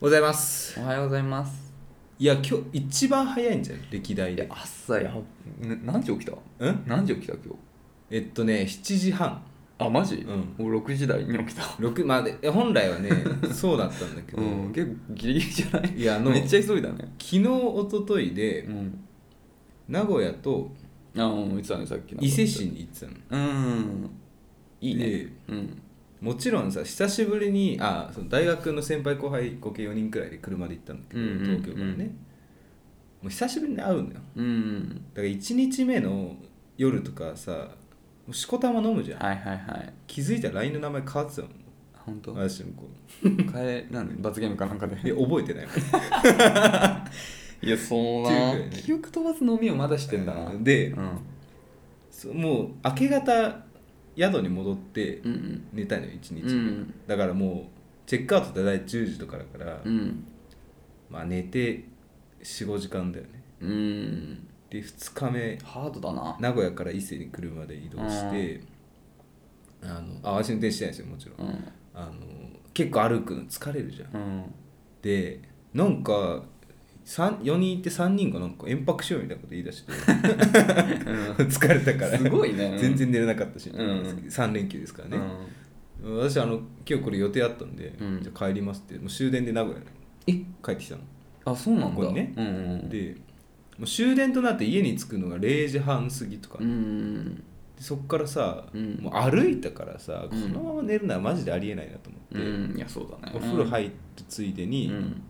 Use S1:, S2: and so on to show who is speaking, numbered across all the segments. S1: ございます
S2: おはようございます
S1: いや今日一番早いんじゃない歴代
S2: いや
S1: で
S2: 朝やな何時起きた
S1: うん
S2: 何時起きた今日
S1: えっとね7時半
S2: あマジ、
S1: う
S2: 俺6時台に起きた
S1: 6まあでえ本来は ねそうだったんだけど、
S2: うん結構ギリギリじゃない
S1: いやあの
S2: めっちゃ急いだね
S1: 昨日一昨日で
S2: うん
S1: 名古屋と
S2: ああ言ってたねさっき
S1: 伊勢市に行ってたの
S2: うんいいね、
S1: で
S2: うん
S1: もちろんさ久しぶりにあその大学の先輩後輩合計4人くらいで車で行ったんだけど、
S2: うんうんうん
S1: 東京からね、もう久しぶりに会うのよだか
S2: うん
S1: ら1日目の夜とかさもうしこたま飲むじゃん、
S2: はいはいはい
S1: 気づいたら LINE の名前変わってたもん
S2: 本当
S1: 私もこ
S2: えなん罰ゲームかなんかで
S1: ういや覚えてないもん
S2: いやそう
S1: っていうくらいね
S2: 記憶飛ばすのみをまだしてんだな
S1: で
S2: うん
S1: そもう明け方宿に戻って
S2: うん
S1: 寝たのよ1日、
S2: うん
S1: だからもうチェックアウトって大体10時とかだから、
S2: うん
S1: まあ寝て45時間だよね
S2: うん
S1: で2日目
S2: ハードだな
S1: 名古屋から伊勢に車で移動してあのあ私運転してないですよもちろん
S2: うん
S1: あの結構歩くの疲れるじゃん
S2: うん
S1: でなんか4人いて3人がなんか遠泊しようみたいなこと言い出して 疲れたから
S2: すごいねうん
S1: 全然寝れなかったし、
S2: うん
S1: 3連休ですから
S2: う
S1: ね、
S2: ん
S1: 私あの今日これ予定あったんで、
S2: うん
S1: じゃあ帰りますってもう終電で名古屋に
S2: え
S1: 帰ってきたの、
S2: あそうなん
S1: こ
S2: だ
S1: こにね
S2: うんうん
S1: でもう終電となって家に着くのが0時半過ぎとか、
S2: うんうん
S1: でそっからさ、
S2: うん
S1: もう歩いたからさ、
S2: うん
S1: このまま寝るのはマジでありえないなと
S2: う
S1: 思って、
S2: んいやそうだね
S1: お風呂入ってついでに、
S2: うん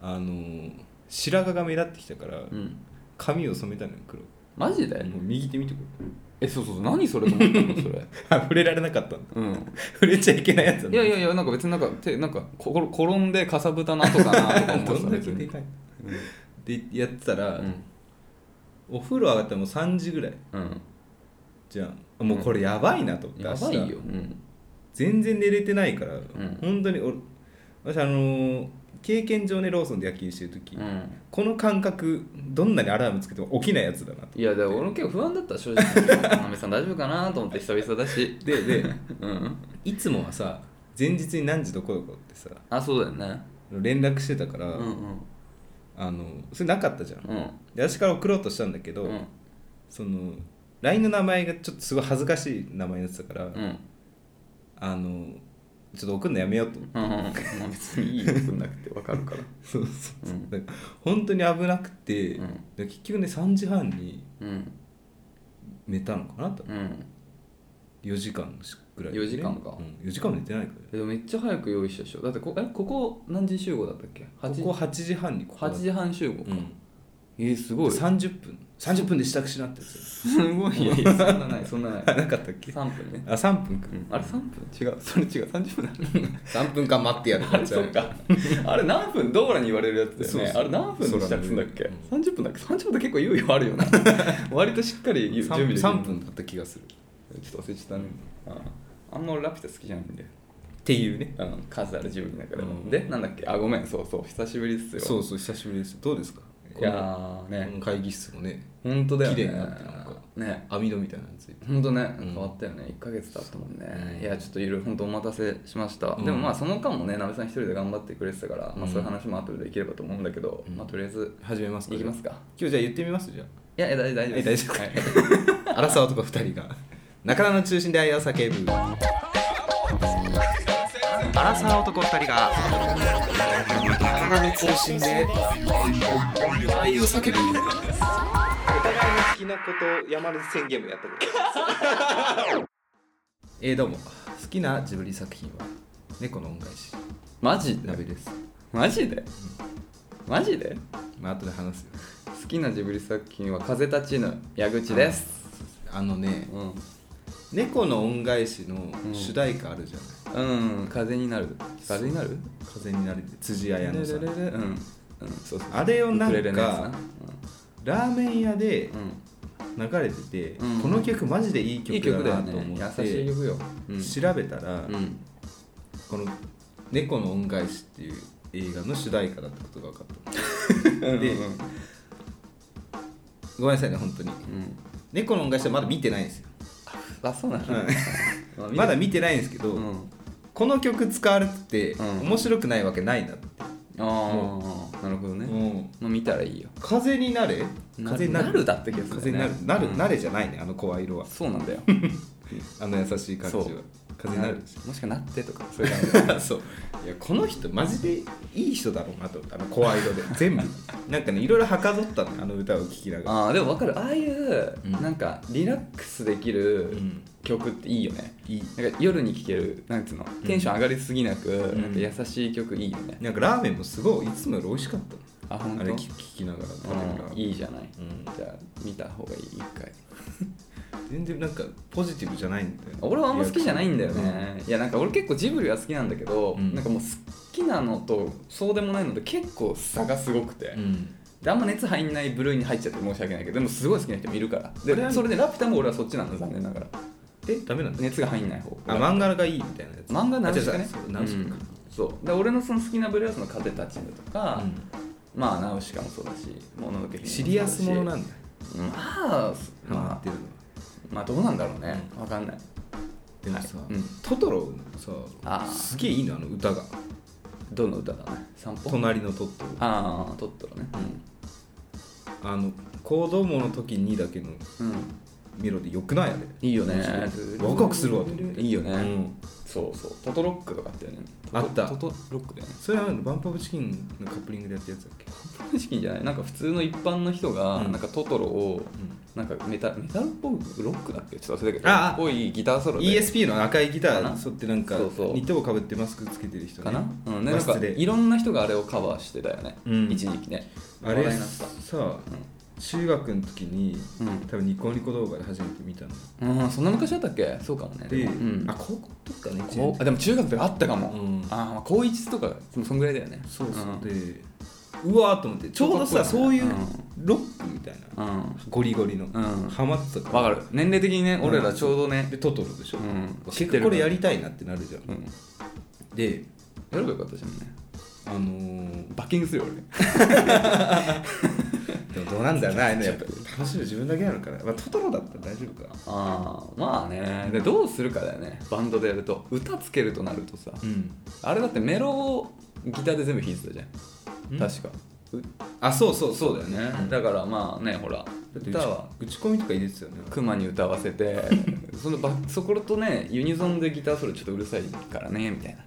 S1: あのー白髪が目立ってきたから、
S2: うん
S1: 髪を染めたのよ黒
S2: マジで
S1: もう右手見てこれ
S2: えそうそうそう何それと思った のそれ
S1: あ 触れられなかったんだ
S2: うん
S1: 触れちゃいけないやつなん
S2: い
S1: だ
S2: やいやいやなんか別になんか手なんかこ転んでかさぶたの跡かなとか思っ て
S1: ど
S2: た
S1: んだけ
S2: 別に
S1: でかいでやってたら、
S2: うん
S1: お風呂上がってもう3時ぐらい
S2: うん
S1: じゃんもうこれやばいなと思って、
S2: やばい
S1: 明日
S2: ようん
S1: 全然寝れてないから、
S2: ん
S1: 本当に俺私あのー経験上ねローソンで夜勤してる時、
S2: うん
S1: この感覚どんなにアラームつけても起きないやつだなと
S2: いやでも俺も結構不安だった正直 安部さん大丈夫かなと思って久々だし
S1: でで
S2: うん
S1: いつもはさ前日に何時どこどこってさ
S2: あそうだよね
S1: 連絡してたから、
S2: うんうん
S1: あのそれなかったじゃん
S2: うん
S1: で私から送ろうとしたんだけど、
S2: うん
S1: その LINE の名前がちょっとすごい恥ずかしい名前になってたから、
S2: うん
S1: あのちょっと送るのやめようと
S2: うんうんまあ別にいいよ送んなくてわかるから
S1: そうそうそう、
S2: うん
S1: だから本当に危なくて、
S2: うん
S1: で結局ね3時半に
S2: うん
S1: 寝たのかなと
S2: うん
S1: 4時間ぐらい、
S2: 4時間か
S1: うん、4時間も寝てないか
S2: えでもめっちゃ早く用意したでしょだってこえここ何時集合だったっけ
S1: ら
S2: 8
S1: ここ8時半にここ
S2: 8時半集合か、
S1: うん
S2: えー、すごいす
S1: 30分30分で支度しなってやつ
S2: ごいいやいやそんなないそん なない
S1: あなかったっけ
S2: 3分ね、
S1: あ3分か、
S2: うん、あれ3分違うそれ違う30分だ
S1: 3分間待ってやる
S2: あれそっかあれ何分ドーラに言われるやつだよね
S1: そうそう
S2: あれ何分の支度すんだっけ、
S1: そう
S2: 30分だっけ30分って結構猶予あるよな割としっかり準備できる
S1: 3, 3分だった気がするっ
S2: ちょっと忘れちゃったね、ああんま俺ラピュタ好きじゃないんで
S1: ていうね
S2: うん数ある自分の中でも、
S1: うん
S2: でなんだっけあごめんそうそう久しぶりですよ
S1: そうそう久しぶりですどうですか
S2: いやー
S1: この
S2: ね、
S1: この会議室もね
S2: 本当だよね
S1: 綺麗になってなんか
S2: ね
S1: 網戸みたいなのついて
S2: 本当ね
S1: うん
S2: 変わったよね、1ヶ月経ったもんね、
S1: うん
S2: いやちょっといろいろ本当お待たせしました、
S1: うん
S2: でもまあその間もね鍋さん一人で頑張ってくれてたから、
S1: う
S2: ま
S1: ん
S2: あ、そういう話も後でできればと思うんだけど、
S1: うん
S2: まあとりあえず
S1: 始めますか
S2: いきますか
S1: 今日じゃあ言ってみますじゃ
S2: いやいや大大丈夫です
S1: え大丈夫
S2: はい
S1: あ荒沢男2人が中田の中心で愛を叫ぶ
S3: アラサー男二人が体の中心で愛を叫ぶ
S1: お互いの好きなこと山根宣言もやったこと えーどうも好きなジブリ作品は猫の恩返し
S2: マジで
S1: 鍋です、
S2: マジでマジで
S1: まあ後で話すよ
S2: 好きなジブリ作品は「風立ちぬ矢口」です
S1: あのね
S2: うん、
S1: 猫の恩返しの主題歌あるじゃない、
S2: うん、風になる風になる
S1: 風になれて辻彩乃さん
S2: レレレレうん、うん、そうそう
S1: あれをなん
S2: ウクレレのやつ
S1: か
S2: な
S1: ラーメン屋で
S2: うんうん
S1: 流れてて、
S2: うん
S1: この曲マジでいい
S2: いい曲
S1: 曲だ
S2: だよ
S1: なと思
S2: ね
S1: って、
S2: 優しい曲よ、うん
S1: 調べたら、
S2: うん、
S1: この「猫の恩返し」っていう映画の主題歌だったことが分かった
S2: で、
S1: うんごめんなさいね本当に
S2: うん、
S1: 猫の恩返しはまだ見てないんですよ、
S2: あそうなの、
S1: うんまだ見てないんですけど、
S2: うん
S1: この曲使われてて、
S2: うん
S1: 面白くないわけないなって
S2: ああなるほどね、
S1: うん
S2: まあ、見たらいいよ
S1: 風になれ
S2: な
S1: 風に
S2: なるだったけどね
S1: 風になるなる、
S2: うん
S1: なれじゃないねあの声色は
S2: そうなんだよ
S1: あの優しい感じは
S2: そう
S1: 風になる
S2: もしかなってとかそういう 感
S1: そういやこの人マジでいい人だろうなとあの声 色で全部なんかねいろいろはかどったねあの歌を聴きながら
S2: ああでも分かるああいう、
S1: うん
S2: なんかリラックスでき
S1: う
S2: る
S1: ん
S2: 曲っていいよね
S1: いい
S2: なんか夜に聴けるなんつうのテンション上がりすぎなく、
S1: ん
S2: なんか優しい曲いいよね、
S1: なんかラーメンもすごいいつもより美味しかったの
S2: あ本当
S1: あれ聞きながら食べるから
S2: うんいいじゃない、
S1: うん
S2: じゃあ見た方がいい一回
S1: 全然なんかポジティブじゃないんだよ
S2: 俺はあんま好きじゃないんだよね、いやなんか俺結構ジブリは好きなんだけど、
S1: うん
S2: なんかもう好きなのとそうでもないので結構差がすごくて、
S1: うん
S2: であんま熱入んない部類に入っちゃって申し訳ないけどでもすごい好きな人もいるから
S1: これは
S2: でそれで「ラピュタ」も俺はそっちなんだ残念ながら
S1: えダメなんだ
S2: 熱が入んない方
S1: あ漫画がいいみたいなやつ
S2: 漫画ナウシカ
S1: あ違う違う
S2: ね
S1: そうナウシカか
S2: うんそうで俺のその好きなブルースの「風立ちぬ」とか、
S1: う
S2: まあナウシカもそうだしもののけ
S1: んシリアスものなんんだ
S2: まあ
S1: ハマ
S2: ま
S1: って
S2: あ
S1: るの
S2: まあどうなんだろうねわかんない
S1: でもさ
S2: はいうん
S1: トトロさ
S2: あー
S1: すげえいいのあの歌が
S2: どの歌だね散歩
S1: 隣のトットロ
S2: ああトットロね
S1: あの子供の時にだけの
S2: うん、うん、
S1: メロディーよくないあれ
S2: いいよね
S1: ワクワクするわと思って
S2: いいよね、
S1: うん
S2: そうそうトトロックとかあったよね
S1: あった
S2: トトトロックだよね
S1: それはあのバンプオブチキンのカップリングでやったやつだっけ
S2: 資金じゃないなんか普通の一般の人が
S1: うん
S2: なんかトトロを
S1: うん
S2: なんかメタメタルっぽいロックだっけちょっと忘れたけど
S1: ああ
S2: っぽいギターソロで
S1: ESP の赤いギタ
S2: か
S1: ー
S2: な
S1: そってなんか
S2: そうそう
S1: ニット帽かぶってマスクつけてる人ね
S2: かな、うん、で
S1: 和
S2: なんか
S1: 室で
S2: いろんな人があれをカバーしてたよね、
S1: うん
S2: 一時期ね
S1: あれ
S2: 話題になった
S1: さ中学の時に
S2: うん
S1: 多分ニコニコ動画で初めて見たの
S2: うん、うん、そんな昔だったっけそうかもね
S1: で、
S2: もうん、
S1: あ高校とかね一
S2: こうあでも中学とかあったかも、
S1: うん
S2: ああ高一とかそそんぐらいだよね
S1: そうそう、
S2: ん
S1: でうわーと思ってちょうどさ
S2: ちょっと
S1: そ
S2: こ
S1: う
S2: う
S1: い
S2: いう
S1: う
S2: ね
S1: ロックみたいな、
S2: うん
S1: ゴリゴリの、
S2: ん
S1: ハマってたから
S2: わかる年齢的にね俺らちょうどね
S1: でトトロでしょ、
S2: うん
S1: 結構これやりたいなってなるじゃん、
S2: うんや
S1: で
S2: ればよかったじゃんね
S1: あのー
S2: バッキングするよ
S1: でもどうなんだろうなああいうのやっぱ楽しむ自分だけなのかな、まあ、トトロだったら大丈夫か
S2: 俺ああまあねでどうするかだよねバンドでやると歌つけるとなるとさ
S1: うん
S2: あれだってメロをギターで全部弾いてたじゃ
S1: ん
S2: ん確かう
S1: あそうそうそうだよ
S2: だ
S1: ね
S2: よねだからまあねほら歌は
S1: 打ち込みとか入れてたよね
S2: クマに歌わせ てそのバそことねユニゾンでギターソロちょっとうるさいからねみたいな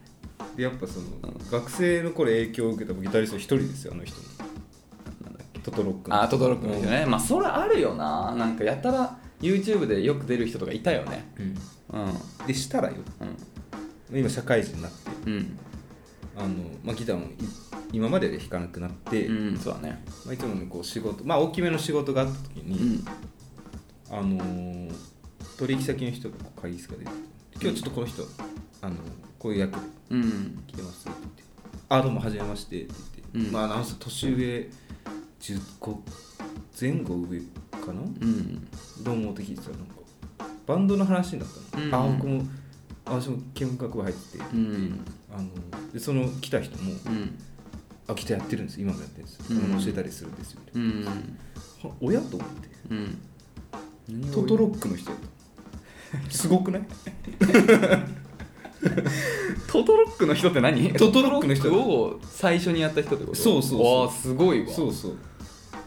S1: でやっぱその、学生の頃影響を受けたギタリスト一人ですよあの人の
S2: なんだっ
S1: トトロックの
S2: あートドロックの人ねまあそれあるよななんかやたら YouTube でよく出る人とかいたよね
S1: うん
S2: うん
S1: でしたらよ
S2: うん
S1: 今社会人になって
S2: うん
S1: あの、まあ、ギターもい今までで弾かなくなって、
S2: うんそうだね
S1: まあ、いつものこう仕事まあ大きめの仕事があった時
S2: う
S1: に、
S2: ん
S1: あのー取引先の人がこう会議室から出てきて今日ちょっとこの人あのこういう役で
S2: うん
S1: 来てますって言って「あどうもはじめまして」って言って、
S2: うん
S1: まああの人年上10個前後上かな、
S2: うん
S1: どうもって聞いてたらなんかバンドの話になったの、
S2: うん
S1: あ僕もあ私も見学部入ってて、
S2: うん
S1: あのでその来た人も
S2: うん
S1: 「あギターやってるんです今もやってるんです、
S2: うん
S1: 教えたりするんですよ」みたい
S2: うん
S1: なは親と思って
S2: うん
S1: トトロックの人やったすごくない
S2: トトロックの人って何
S1: トトロックの人
S2: トトロックを最初にやった人ってこと
S1: そうそうそう
S2: わあすごいわ
S1: そうそう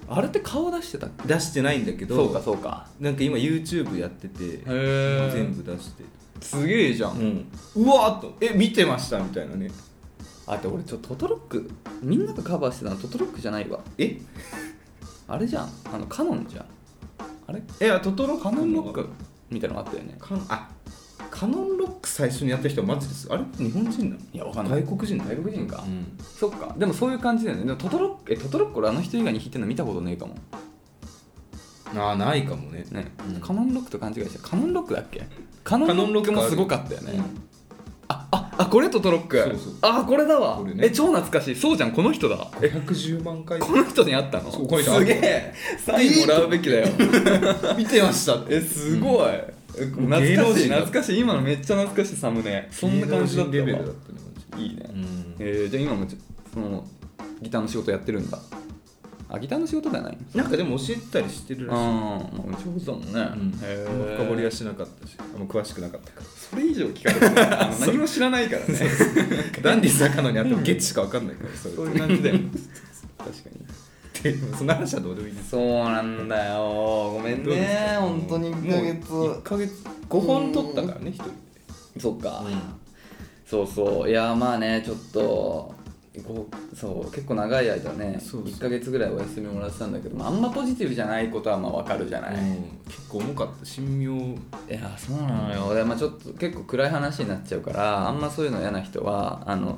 S2: あれって顔出してたっけ
S1: 出してないんだけど
S2: そうかそうか
S1: なんか今 YouTube やってて
S2: へえ
S1: 全部出して、
S2: すげえじゃ
S1: うんん、うわーっとえ見てましたみたいなね
S2: あで俺ちょっとトトロックみんながカバーしてたのトトロックじゃないわ
S1: え
S2: あれじゃんあのカノンじゃんあれ
S1: いやトトロック
S2: カノンロックみたいなのあったよね
S1: カノあカノンロック最初にやった人はマジですあれ日本人なの
S2: いやわかんない
S1: 外国人
S2: 外国人か
S1: うん
S2: そっかでもそういう感じだよねでもトトロックえトトロック俺あの人以外に弾いてるの見たことねえかも
S1: ああないかもね
S2: ね、
S1: うん
S2: カノンロックと勘違いしてカノンロックだっけカ
S1: ノ
S2: ノ
S1: ン
S2: ン
S1: ロ
S2: ロ
S1: ッ
S2: ッ
S1: ク
S2: ク
S1: も
S2: も
S1: す
S2: す
S1: ご
S2: ご
S1: か
S2: か
S1: っ
S2: ったた
S1: よ
S2: よ
S1: ね
S2: ね、あああこれトトロック
S1: そうそう
S2: あこれだわ
S1: これね
S2: え超懐かしいそうじゃんこの人だえ
S1: 110万回
S2: この人に会ったの
S1: そうこの人
S2: すげえサインもらうべきだよ
S1: 見てましたっ
S2: えすごい、
S1: ん
S2: 懐
S1: 芸能
S2: かしい
S1: 人だ
S2: 懐かしい今のめっちゃ懐かしいサムネ そんな感じだった
S1: 芸能人レベ
S2: わ
S1: ルだったねマジ
S2: いいね、
S1: でうん
S2: えーじゃあ今もちょそのギターの仕事やってるんだあギターの仕事じゃない
S1: なんかでも教えてたりしてる
S2: あ
S1: らしい
S2: あ上手だもんね、
S1: うん
S2: へえ
S1: 深掘りはしなかったしあんま詳しくなかったから
S2: そそれ以上聞かれて もあの何も知らないからね
S1: ダンディ坂野にあってもゲッチしか分かんないからそれ
S2: そういう感 じだよね確かに
S1: ってその話はどうでもいいです
S2: そうなんだよごめん
S1: どうです
S2: ね
S1: か
S2: 本当に1
S1: もう
S2: ヶ
S1: 1ヶ月5本取ったからね一人で
S2: 月そっか、
S1: うん
S2: そうそういやまあねちょっとこうそう結構長い間ね
S1: そうそう
S2: 1ヶ月ぐらいお休みもらってたんだけど、まあ、あんまポジティブじゃないことはまあわかるじゃない、い
S1: うん結構重かった神妙
S2: やそうなのよで、まあ、ちょっと結構暗い話になっちゃうからあんまそういうの嫌な人はあの、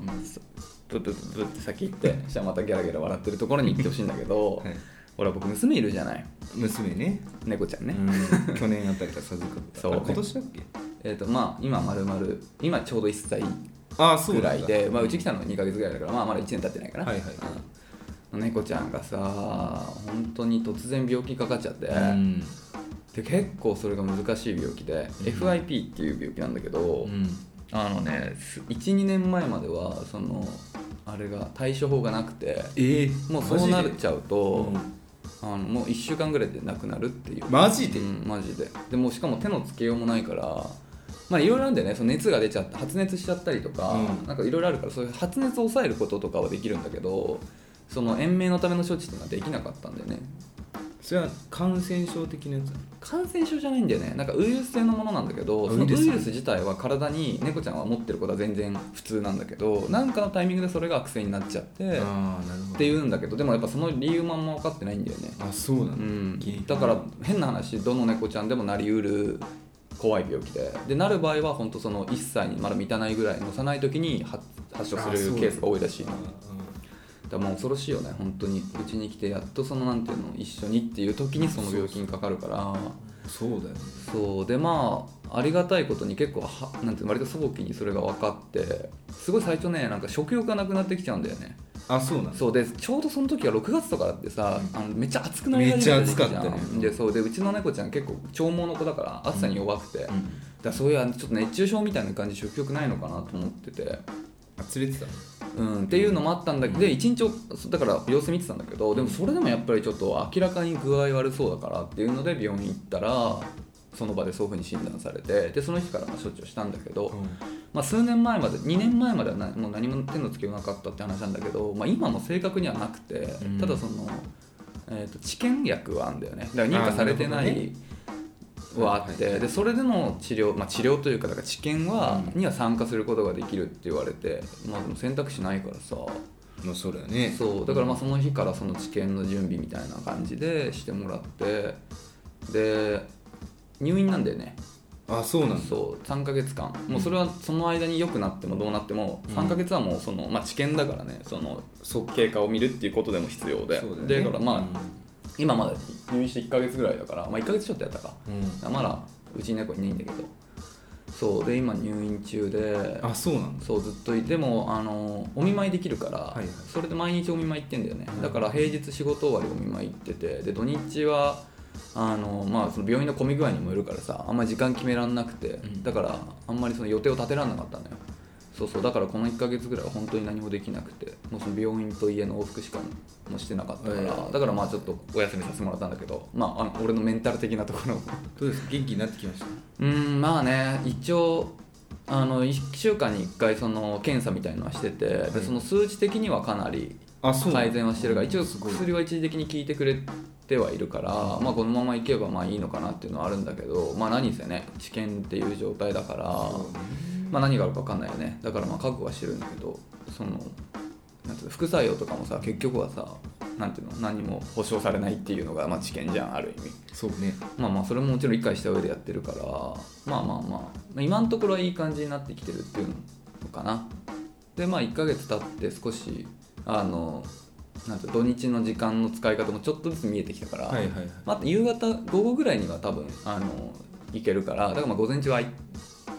S2: ブブブブって先行ってそしたらまたギャラギャラ笑ってるところに行ってほしいんだけど、
S1: はい
S2: ほら僕娘いるじゃない
S1: 娘ね
S2: 猫ちゃんね、
S1: 去年あたりから授かった
S2: そう
S1: あ今年だっけ
S2: えー、とまあ今まるまる今ちょうど1歳
S1: ああそ
S2: ぐ
S1: う
S2: らいでう,、まあ、うち来たのは2ヶ月ぐらいだから、まあ、まだ1年経ってないかな、
S1: はいはい
S2: うん猫ちゃんがさ本当に突然病気かかっちゃって、
S1: うん
S2: で結構それが難しい病気で、FIP っていう病気なんだけ
S1: う
S2: ど、
S1: ん
S2: あのね12年前まではそのあれが対処法がなくて
S1: ええ
S2: もうそうなっち
S1: ゃ
S2: ゃうと、あのもう1週間ぐらいで亡くなるっていう
S1: マジで
S2: うん、マジででもうしかも手のつけようもないからまあいろいろあるんだよねその熱が出ちゃって発熱しちゃったりとか、
S1: うん
S2: なんかいろいろあるからそういう発熱を抑えることとかはできるんだけどその延命のための処置っていうのはできなかったんだよね
S1: それは感染症的なやつ
S2: 感染症じゃないんだよねなんかウイルス性のものなんだけど
S1: あ
S2: そのウ
S1: ウ
S2: イ
S1: イルス
S2: ルス自体は体に猫ちゃんは持ってることは全然普通なんだけどなんかのタイミングでそれが悪性になっちゃってっ
S1: ああなるほど
S2: ていうんだけどでもやっぱその理由もあんま分かってないんだよね
S1: あそうな
S2: うん
S1: だ
S2: ん、だから変な話どの猫ちゃんでもなりうる怖い病気ででなる場合は本当その1歳にまだ満たないぐらいの幼い時に発発症するケースが多いらしいのだからもう恐ろしいよね本当にうちに来てやっとそのなんていうの一緒にっていう時にその病気にかかるから
S1: そうだよね
S2: そうでまあありがたいことに結構はなんていうの割と素朴にそれが分かってすごい最初ねなんか食欲がなくなってきちゃうんだよね
S1: あそうなんだ
S2: そうでちょうどその時は6月とかだってさ、あのめっちゃ暑くなり
S1: めっちゃ暑
S2: て
S1: か
S2: き
S1: ったた
S2: じ
S1: ね
S2: ゃんでそうでうちの猫ちゃん結構長毛の子だから暑さに弱くて、だからそういうあのちょっと熱中症みたいな感じ食欲ないのかなと思ってて、
S1: あ連れてた
S2: うん、っていうのもあったんだけど、で一日おそうだから様子見てたんだけどでもそれでもやっぱりちょっと明らかに具合悪そうだからっていうので病院行ったらその場でそういうふうに診断されてでその日からまあ処置をしたんだけど、まあ、数年前まで2年前まではなもう何も手のつけようなかったって話なんだけど、まあ、今も正確にはなくて、
S1: ん
S2: ただその、えー、と治験薬はあるんだよねだから認可されてな
S1: あーなるほ
S2: いはあってでそれでの治療、まあ、治療というかだから治験は、には参加することができるって言われて、まあ、でも選択肢ないからさ
S1: まあそうだよね
S2: そうだからまあその日からその治験の準備みたいな感じでしてもらってで入院なんだよね
S1: あそうなんだ
S2: そう3ヶ月間もうそれはその間に良くなってもどうなっても
S1: うん
S2: 3ヶ月はもうその、まあ、治験だからねその経過を見るっていうことでも必要で
S1: そうだよね
S2: でだからまあ、今まだ入院して1ヶ月ぐらいだから、まあ、1ヶ月ちょっとやったか
S1: うんうん
S2: まだうちに猫いないんだけどそうで今入院中で
S1: あそうなんだ
S2: そうずっといてもあのお見舞いできるから、
S1: いはい
S2: それで毎日お見舞い行ってんだよね、
S1: うん
S2: だから平日仕事終わりお見舞い行っててで土日はあの、まあ、その病院の混み具合にもよるからさあんまり時間決めらんなくて、
S1: ん
S2: だからあんまりその予定を立てらんなかったんだよそうそうだからこの1ヶ月ぐらいは本当に何もできなくてもうその病院と家の往復しかもしてなかったから、
S1: ええ
S2: だからまあちょっとお休みさせてもらったんだけど、まあ、あの俺のメンタル的なところも
S1: どうですか元気になってきました
S2: うんまあね一応あの1週間に1回その検査みたいのはしてて、でその数値的にはかなり
S1: あそう
S2: 改善はしてるから一応
S1: すごい
S2: 薬は一時的に効いてくれてはいるから、まあ、このままいけばまあいいのかなっていうのはあるんだけど、まあ、何せね治験っていう状態だから、まあ、何があるか分かんないよねだからまあ覚悟はしてるんだけどそのなんていうの副作用とかもさ結局はさなんていうの何も保証されないっていうのがまあ治験じゃんある意味。
S1: そうね
S2: まあまあそれももちろん理解した上でやってるからまあまあまあ今のところはいい感じになってきてるっていうのかなでまあ1ヶ月経って少しあのなんていうの土日の時間の使い方もちょっとずつ見えてきたから、
S1: はいはいはい
S2: まあ、夕方午後ぐらいには多分あの行けるからだからまあ午前中は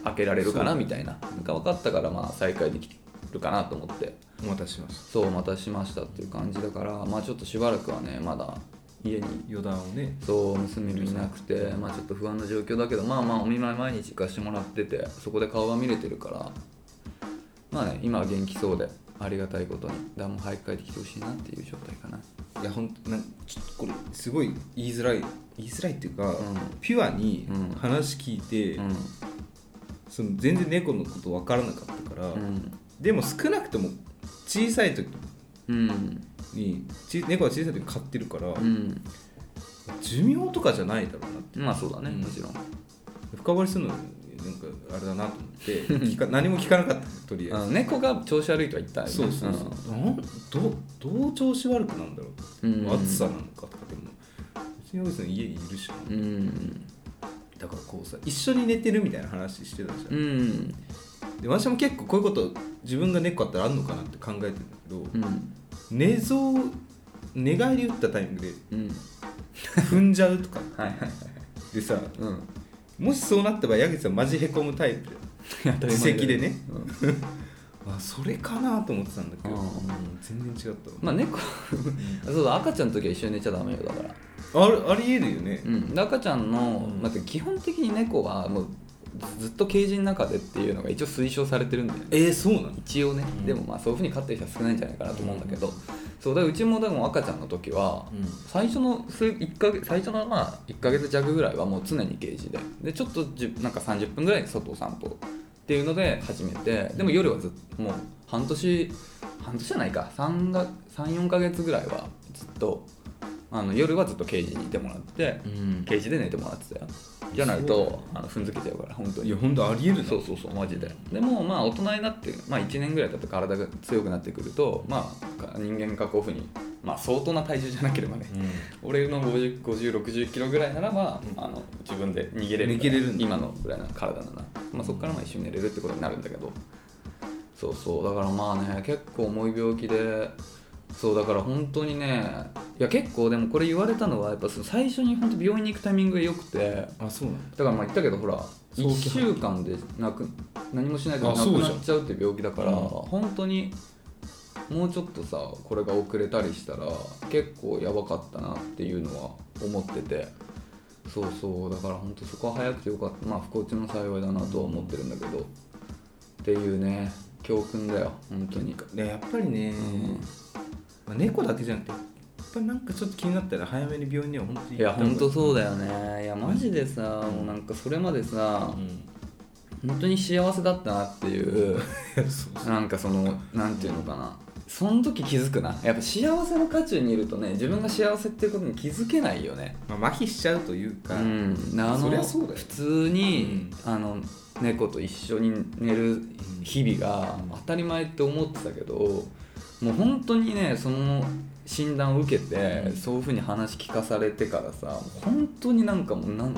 S2: 開けられるかなみたいななんか分かったからまあ再開できるかなと思って
S1: お待たせしまし
S2: そうお待たせしましたっていう感じだからまあちょっとしばらくはねまだ家に
S1: た余談をね
S2: そう娘もいなくて、まあ、ちょっと不安な状況だけどまあまあお見舞い毎日行かしてもらっててそこで顔が見れてるからまあね今は元気そうでありがたいことにだもう早く帰ってきてほしいなっていう状態かない
S1: やほんとなんちょっとこれすごい言いづらい言いづらいっていうか、
S2: ん
S1: ピュアに
S2: うん
S1: 話聞いて、
S2: うん
S1: その全然猫のこと分からなかったから、
S2: うん
S1: でも少なくとも小さい時
S2: うん
S1: にち猫は小さい時に飼ってるから、
S2: うん
S1: 寿命とかじゃないだろうなって
S2: まあそうだね、
S1: うん
S2: もちろん
S1: 深掘りするのなんかあれだなと思って聞 か何も聞かなかったとりあ
S2: あの猫が調子悪いとは言ったよ
S1: え
S2: ね
S1: ず、そうそうそう、なんどうどう調子悪くなんだろう
S2: うんうん
S1: 暑さなのかとかでも別に別に家にいるしな
S2: うんうん
S1: だからこうさ一緒に寝てるみたいな話してたじゃん、
S2: うん
S1: で私も結構こういうこと自分が猫あったらあんのかなって考えてるんだけど、
S2: うん
S1: 寝相寝返り打ったタイミン グで
S2: うん
S1: 踏んじゃうとか
S2: はいはいはい
S1: でさ
S2: うん
S1: もしそうなった場合矢口さんマジへこむタイプ
S2: 当たり前だよ
S1: 自責でね
S2: うん
S1: あそれかなと思ってたんだけど、
S2: あー
S1: うん全然違ったわ、
S2: まあ猫 そうだ赤ちゃんの時は一緒に寝ちゃダメよだから
S1: あるありえるよね、
S2: うん、で赤ちゃんの、
S1: うん
S2: なんか基本的に猫はもうずずっとケージの中でっていうのが一応推奨されてるんだよね
S1: えー、そうなの
S2: 一応ね、
S1: うん
S2: でもまあそういうふうに飼ってる人は少ないんじゃないかなと思うんだけど、そうだからうちもでも赤ちゃんの時は、最初の数一ヶ月最初のまあ1か月弱ぐらいはもう常にケージででちょっとじゅなんか30分ぐらい外お散歩っていうので始めてでも夜はずっともう半年半年じゃないか34か月ぐらいはずっとあの夜はずっとケージにいてもらって
S1: うん
S2: ケージで寝てもらってたよじゃないとあの踏んづけちゃうから本当
S1: い
S2: に
S1: や本当ありえるな
S2: そうそうそうマジででもまあ大人になって、まあ、1年ぐらい経って体が強くなってくるとまあか人間がこういうふうに、まあ、相当な体重じゃなければね
S1: うん
S2: 俺の5060キロぐらいならば、あの自分で逃げれる
S1: 逃げれるんだ
S2: 今のぐらいの体なら、まあ、そこからまあ一緒に寝れるってことになるんだけどそうそうだからまあね結構重い病気でそうだから本当にねいや結構でもこれ言われたのはやっぱその最初に本当病院に行くタイミングが良くて
S1: あそうなんだ
S2: だからまあ言ったけどほら
S1: 早期
S2: 1
S1: 発見
S2: 週間でなく何もしないと
S1: あ
S2: なく
S1: そうじゃん
S2: なっちゃうっていう病気だから、
S1: うん
S2: 本当にもうちょっとさこれが遅れたりしたら結構やばかったなっていうのは思っててそうそうだから本当そこは早くてよかったまあ不幸中の幸いだなとは思ってるんだけどっていうね教訓だよ本当に
S1: ねやっぱりね、
S2: ん
S1: まあ、猫だけじゃなくてやっぱりなんかちょっと気になったら早めに病院には本当に
S2: いや本当そう
S1: だ、
S2: だよねいやマジでさもうなんかそれまでさ
S1: うん、
S2: 本当に幸せだったなっていう
S1: そう
S2: なんかそのなんていうのかなその時気づくなやっぱ幸せの渦中にいるとね自分が幸せっていうことに気づけないよね
S1: まあ、麻痺しちゃうという
S2: う
S1: か、
S2: んなあの
S1: そりゃそうだよ
S2: 普通に、あの猫と一緒に寝る日々が当たり前って思ってたけどもう本当にねその診断を受けてそういうふうに話聞かされてからさ本当になんかもうなん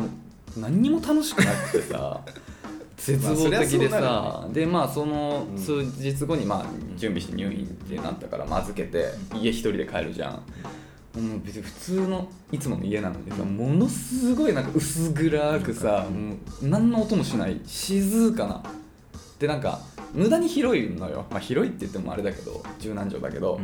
S2: 何にも楽しくなくて さ絶望的でさ、
S1: まあそりゃそうなるよ
S2: でまあその
S1: うん
S2: 数日後にまあ準備して入院ってなったからまあ預けて家一人で帰るじゃん。もう別に普通のいつもの家なのでさものすごいなんか薄暗くさもう何の音もしない静かなでなんか無駄に広いのよ、まあ、広いって言ってもあれだけど十何畳だけど、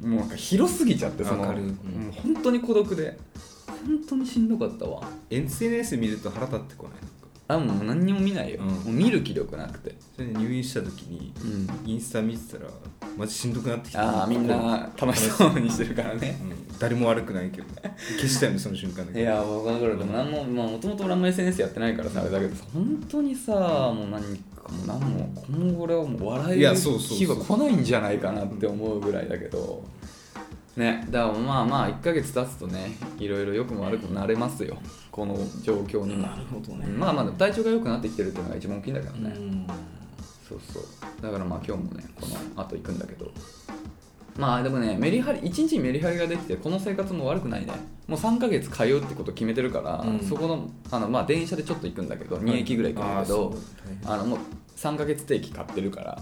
S2: もうなんか広すぎちゃってその
S1: わかるうん
S2: もう本当に孤独で本当にしんどかったわ
S1: SNS 見ると腹立ってこないなんか
S2: あもう何にも見ないよ、
S1: うん
S2: もう見る気力なくて、
S1: それで入院した時に
S2: うん、
S1: インスタ見てたらマジしんどくなってきた
S2: ああみんな楽しそうにしてるからね
S1: うん誰も悪くないけど消したよねその瞬間だ
S2: い
S1: け
S2: や分かるでも何もまあもともと俺あんま SNS やってないからさあれだけどさ本当にさもう何かもう何も今後俺はもう笑
S1: い
S2: え
S1: や
S2: る
S1: そうそうそう
S2: 日は来ないんじゃないかなって思うぐらいだけどねだからまあまあ1ヶ月経つとねいろいろ良くも悪くもなれますよこの状況にも
S1: ほど
S2: うんまあまあでも体調が良くなってきてるっていうのが一番大きいんだから
S1: う
S2: ね、
S1: ん
S2: そうそうだからまあ今日もねこの後行くんだけどまあでもねメリハリ一日にメリハリができてこの生活も悪くないねもう3ヶ月通うってこと決めてるから、
S1: うん
S2: そこのあのまあ電車でちょっと行くんだけど2駅ぐらい行くんだけど、あのもう3ヶ月定期買ってるから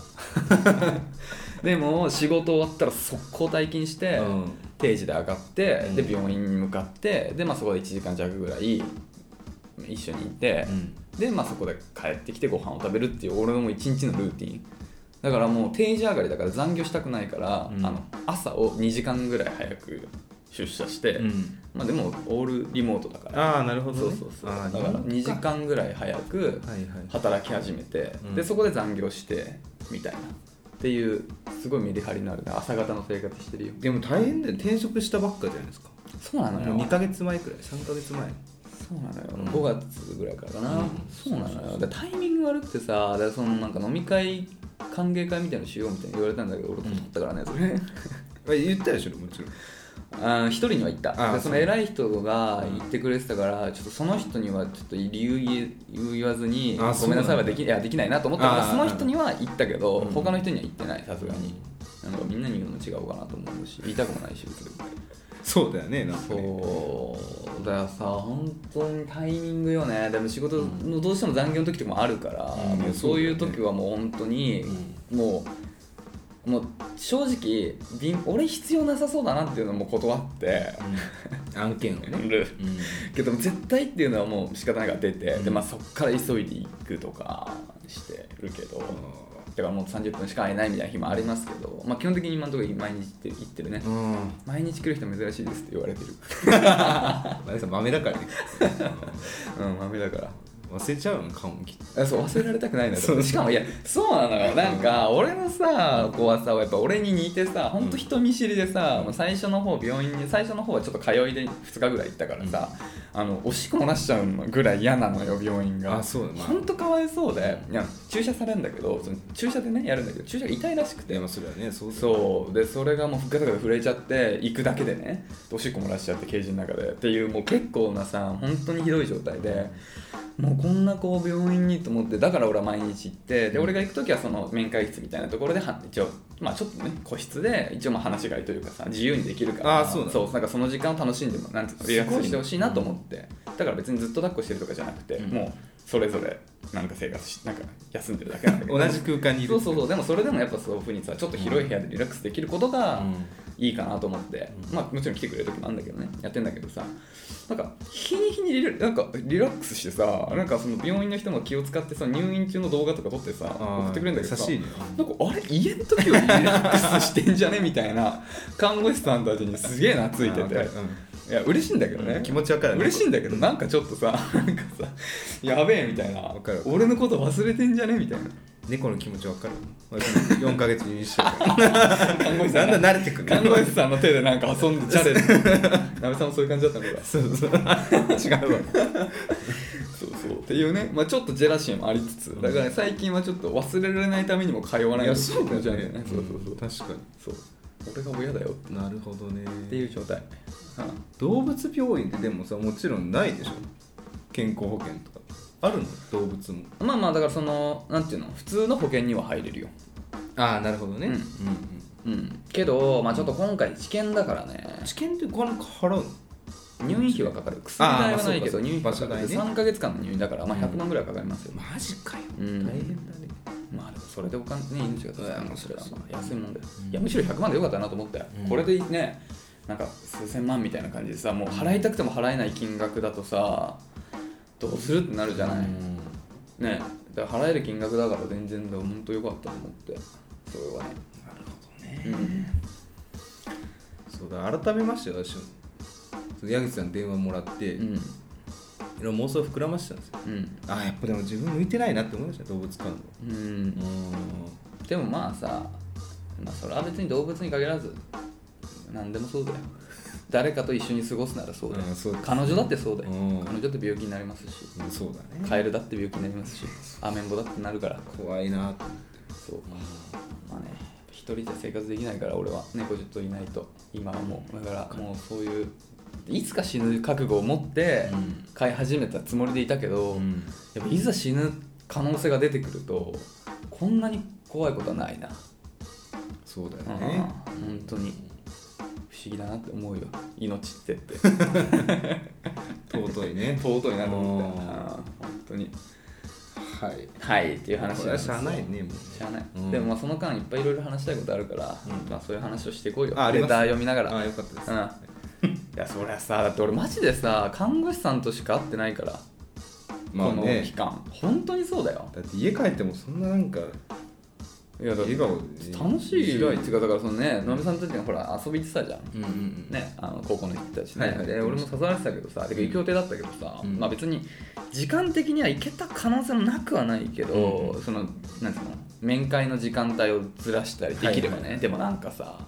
S2: でも仕事終わったら速攻退勤して、
S1: あーそううん
S2: 定時で上がって、
S1: うん
S2: で病院に向かってで、まあ、そこで1時間弱ぐらい一緒にいて、で、まあ、そこで帰ってきてご飯を食べるっていう俺のもう一日のルーティンだからもう定時上がりだから残業したくないから、
S1: うん
S2: あの朝を2時間ぐらい早く出社して、
S1: うん
S2: まあ、でもオールリモートだから
S1: あーなるほど
S2: そう
S1: ね
S2: そうそうだ
S1: あ
S2: か
S1: ー
S2: ら2時間ぐらい早く
S1: はいはい
S2: 働き始めて、
S1: うん
S2: でそこで残業してみたいなっていうすごいメリハリのあるね朝方の生活してるよ
S1: でも大変だよ転職したばっかじゃないですか
S2: そうなの
S1: も
S2: よ
S1: う2ヶ月前くらい3ヶ月前
S2: そうなのよ、
S1: うん
S2: 5月ぐらいからかな、
S1: うん
S2: そうなのよだからタイミング悪くてさだからそのなんか飲み会歓迎会みたいなのしようみたいに言われたんだけど俺と取ったからねそれ、
S1: あ言ったでしょもちろん
S2: あー一人には行った
S1: あー
S2: でその偉い人が言ってくれてたからちょっとその人にはちょっと理由言言わずに
S1: あー
S2: ごめんなさい
S1: そうな
S2: は
S1: んだ
S2: できいやできないなと思ったから
S1: あー
S2: その人には行ったけど
S1: うん
S2: 他の人には行ってないさすがになんかみんなに言うのも違うかなと思うし言いたくもないし別に
S1: そうだよねなんかね
S2: そうだからさ本当にタイミングよねでも仕事のどうしても残業の時とかもあるから、
S1: うん
S2: もうそういう時はもう本当に、もうもう正直びん俺必要なさそうだなっていうのも断って、
S1: 案件をね、
S2: る
S1: うん
S2: けど絶対っていうのはもう仕方ないから出て、
S1: うん
S2: でまあ、そっから急いで行くとかしてるけど、だからもう30分しか会えないみたいな日もありますけど、まあ、基本的に今のところ毎日行って行ってるね、
S1: うん
S2: 毎日来る人珍しいですって言われてる
S1: あれさ豆だからね
S2: うん豆だから
S1: 忘れちゃうの顔もきっと
S2: あそう忘れられたくないなと
S1: そう
S2: しかもいやそうなのよなんか俺のさ子はさやっぱ俺に似てさほんと人見知りでさ、もう最初の方病院に最初の方はちょっと通いで2日ぐらい行ったからさ、あのおしっこ漏らしちゃうのぐらい嫌なのよ病院が
S1: あそうだな
S2: ほんとかわいそうでいや注射されるんだけどその注射でねやるんだけど注射が痛いらしくて
S1: でもそれはねそうだよ
S2: そうでそれがもうガタガタ震えちゃって行くだけでねおしっこ漏らしちゃってケージの中でっていうもう結構なさ本当にひどい状態でもうこんな子を病院にと思ってだから俺は毎日行ってで俺が行く時はその面会室みたいなところでは一応まあちょっとね個室で一応まあ話し飼いというかさ自由にできるから
S1: あーそうだ
S2: なんかその時間を楽しんでもなんていうのリラックスしてほしいなと思ってだから別にずっと抱っこしてるとかじゃなくて、
S1: うん
S2: もうそれぞれなんか生活しなんか休んでるだけなんだけど
S1: 同じ空間にいる
S2: そうそうそうでもそれでもやっぱそういうふうにさちょっと広い部屋でリラックスできることが
S1: うん
S2: いいかなと思って、
S1: うん
S2: まあもちろん来てくれる時もあるんだけどねやってんだけどさなんか日に日にリラなんかリラックスしてさなんかその病院の人も気を使ってさ入院中の動画とか撮ってさ
S1: あー
S2: 送ってくれるんだけど
S1: 優
S2: さ
S1: しいね
S2: なんかあれ家の時よりリラックスしてんじゃねみたいな看護師さんたちにすげえ
S1: つ
S2: 懐いてて
S1: う
S2: いや嬉しいんだけどね、
S1: ん、気持ちわかるね
S2: 嬉しいんだけどなんかちょっとさなんかさやべえみたいな
S1: わかる
S2: 俺のこと忘れてんじゃねみたいな
S1: 猫の気持ちわかる4ヶ月入院してるから
S2: 看護師さ
S1: だ
S2: ん
S1: んだん慣れてくる
S2: 看護師さんの手でなんか遊んでチャレン ジなべさんもそういう感じだったのか
S1: そうそう違う わ
S2: そうそうっていうね、まあ、ちょっとジェラシーもありつつだから最近はちょっと忘れられないためにも通わないようにしてる気持ちなんだよねそうそうそう
S1: 確か
S2: そう俺が親だよっ
S1: になるほどね
S2: ていう状態、はい
S1: 動物病院ってでもさもちろんないでしょ健康保険とかあるの動物も
S2: まあまあだからそのなんていうの普通の保険には入れるよ
S1: ああなるほどね
S2: うん
S1: うん
S2: うんけどまあちょっと今回治験だからね
S1: うん治験ってお金払うの
S2: 入院費はかかる薬代はないけ
S1: あーま
S2: ど
S1: あそうか
S2: 入院
S1: 場
S2: 費はかかる
S1: 所代ね
S2: 3か月間の入院だからまあ100万ぐらいはかかりますよ、
S1: マジかよ
S2: うん
S1: 大変だね
S2: まあでもそれでお金ね命が助かる
S1: うん
S2: そ
S1: そ
S2: れ
S1: れ
S2: は
S1: は
S2: まあ安いもんだよ、
S1: うん
S2: いやむしろ100万でよかったなと思ったよ、
S1: うん
S2: これでねなんか数千万みたいな感じでさもう払いたくても払えない金額だとさどうするってなるじゃない、ねだから払える金額だから全然だ本当よかったと思ってそれはね
S1: なるほどね
S2: うん
S1: そうだ改めまして私もその矢口さんの電話もらって、
S2: う
S1: い
S2: ん
S1: ろいろ妄想膨らましてたんですよ
S2: うん
S1: あーやっぱでも自分向いてないなって思いました動物看護
S2: うん
S1: う
S2: でもまあさ、まあ、それは別に動物に限らず何でもそうだよ誰かと一緒に過ごすならそうだよ、
S1: うんそうです
S2: 彼女だってそうだよ、
S1: うん
S2: 彼女だって病気になりますし
S1: んそうだね
S2: カエルだって病気になりますしアメンボだってなるから
S1: 怖いなと
S2: そうまあね一人じゃ生活できないから俺は猫ちょっといないと今はもうだからもうそういういつか死ぬ覚悟を持って
S1: うん
S2: 飼い始めたつもりでいたけど、
S1: ん
S2: やっぱいざ死ぬ可能性が出てくるとこんなに怖いことはないな、
S1: そうだよ
S2: うん
S1: ね
S2: 本当に不思議だなって思うよ命ってって
S1: 尊いね
S2: 尊いなと思って
S1: うん
S2: あー本当に
S1: はい
S2: はいっていう話なん
S1: こ
S2: です
S1: れ
S2: よ
S1: はしゃあないねもう
S2: 知らない、
S1: うん
S2: でもまあその間いっぱいいろいろ話したいことあるから、
S1: うん
S2: まあそういう話をしていこうよ
S1: ああり
S2: レ
S1: ます
S2: ター読みながら
S1: ああよかったです
S2: うんいやそりゃさだって俺マジでさ看護師さんとしか会ってないから、
S1: まあ
S2: この期
S1: ね
S2: 間本当にそうだよ
S1: だって家帰ってもそんななんか
S2: いやだって
S1: 笑顔
S2: 楽しいよ
S1: よ
S2: いつうかだからそのね野上さんたちがほら遊びに行ってたじゃん
S1: うんうんうん
S2: ね、あの高校の人たちね、
S1: はいはい
S2: で俺も誘われてたけどさ、てか行く予定だったけどさ、
S1: うん
S2: まあ別に時間的には行けた可能性もなくはないけど、
S1: う
S2: そのなんつうの面会の時間帯をずらしたりできればね、
S1: はいはい
S2: でもなんかさ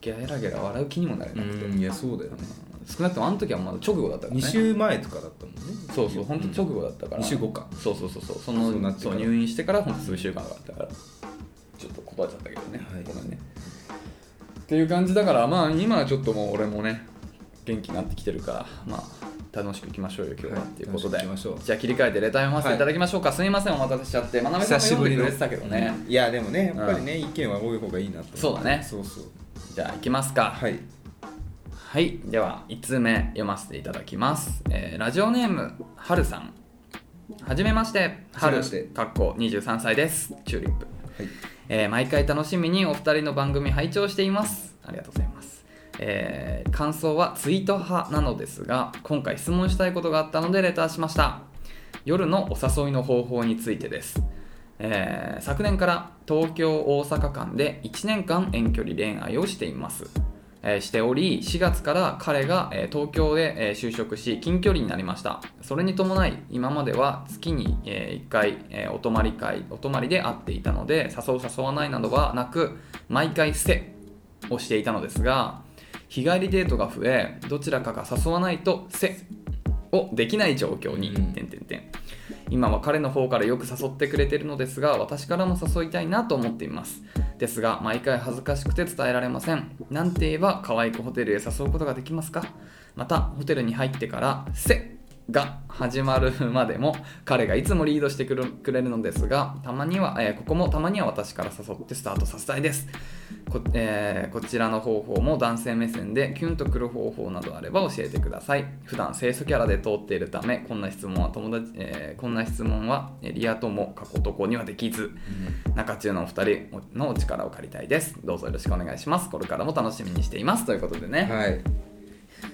S2: ゲラゲラ笑う気にもなれなくて、
S1: うんいやそうだよね
S2: うん少なくともあの時はまだ直後だったから
S1: 2
S2: ね
S1: 週前とかだったもんね
S2: そうそう本当直後だったから、
S1: 2週後か
S2: そうそうそうそうその
S1: そうなってか
S2: そ
S1: ら
S2: う入院してからほんと数週間があったからちょっと断っちゃったけどね、
S1: はい
S2: ごめんねっていう感じだからまあ今はちょっともう俺もね元気になってきてるからまあ楽しくいきましょうよ今日は
S1: はい
S2: っていうことで、
S1: 楽しくいきましょう
S2: じゃあ切り替えてレター読ませていただきましょうか、すいませんお待たせしちゃってまなめさんも読んでくれてたけどね、
S1: いやでもねやっぱりね、意見は多い方がいいなと
S2: そうだね
S1: そうそう
S2: じゃあ行きますか
S1: はい
S2: はい、では1通目読ませていただきます、えーラジオネームはるさんはじめましては
S1: は
S2: る
S1: じめまして
S2: かっこ23歳ですチューリップ、
S1: はい
S2: えー毎回楽しみにお二人の番組拝聴していますありがとうございます、えー感想はツイート派なのですが今回質問したいことがあったのでレターしました夜のお誘いの方法についてですえー昨年から東京大阪間で1年間遠距離恋愛をしています、えーしており4月から彼が、えー東京で、えー就職し近距離になりましたそれに伴い今までは月に、え1回、えーお泊まり会お泊まりで会っていたので誘う誘わないなどはなく毎回捨てをしていたのですが日帰りデートが増えどちらかが誘わないとせをできない状況に、
S1: うん
S2: てんてんてん今は彼の方からよく誘ってくれてるのですが私からも誘いたいなと思っていますですが毎回恥ずかしくて伝えられませんなんて言えば可愛くホテルへ誘うことができますかまたホテルに入ってから「せ」が始まるまでも彼がいつもリードしてくるくれるのですがたまには、えーここもたまには私から誘ってスタートさせたいですこ,、えーこちらの方法も男性目線でキュンとくる方法などあれば教えてください普段清楚キャラで通っているためこんな質問は友達、えーこんな質問はえーリア友過去男にはできず中中のお二人のお力を借りたいですどうぞよろしくお願いしますこれからも楽しみにしていますということでね、
S1: はい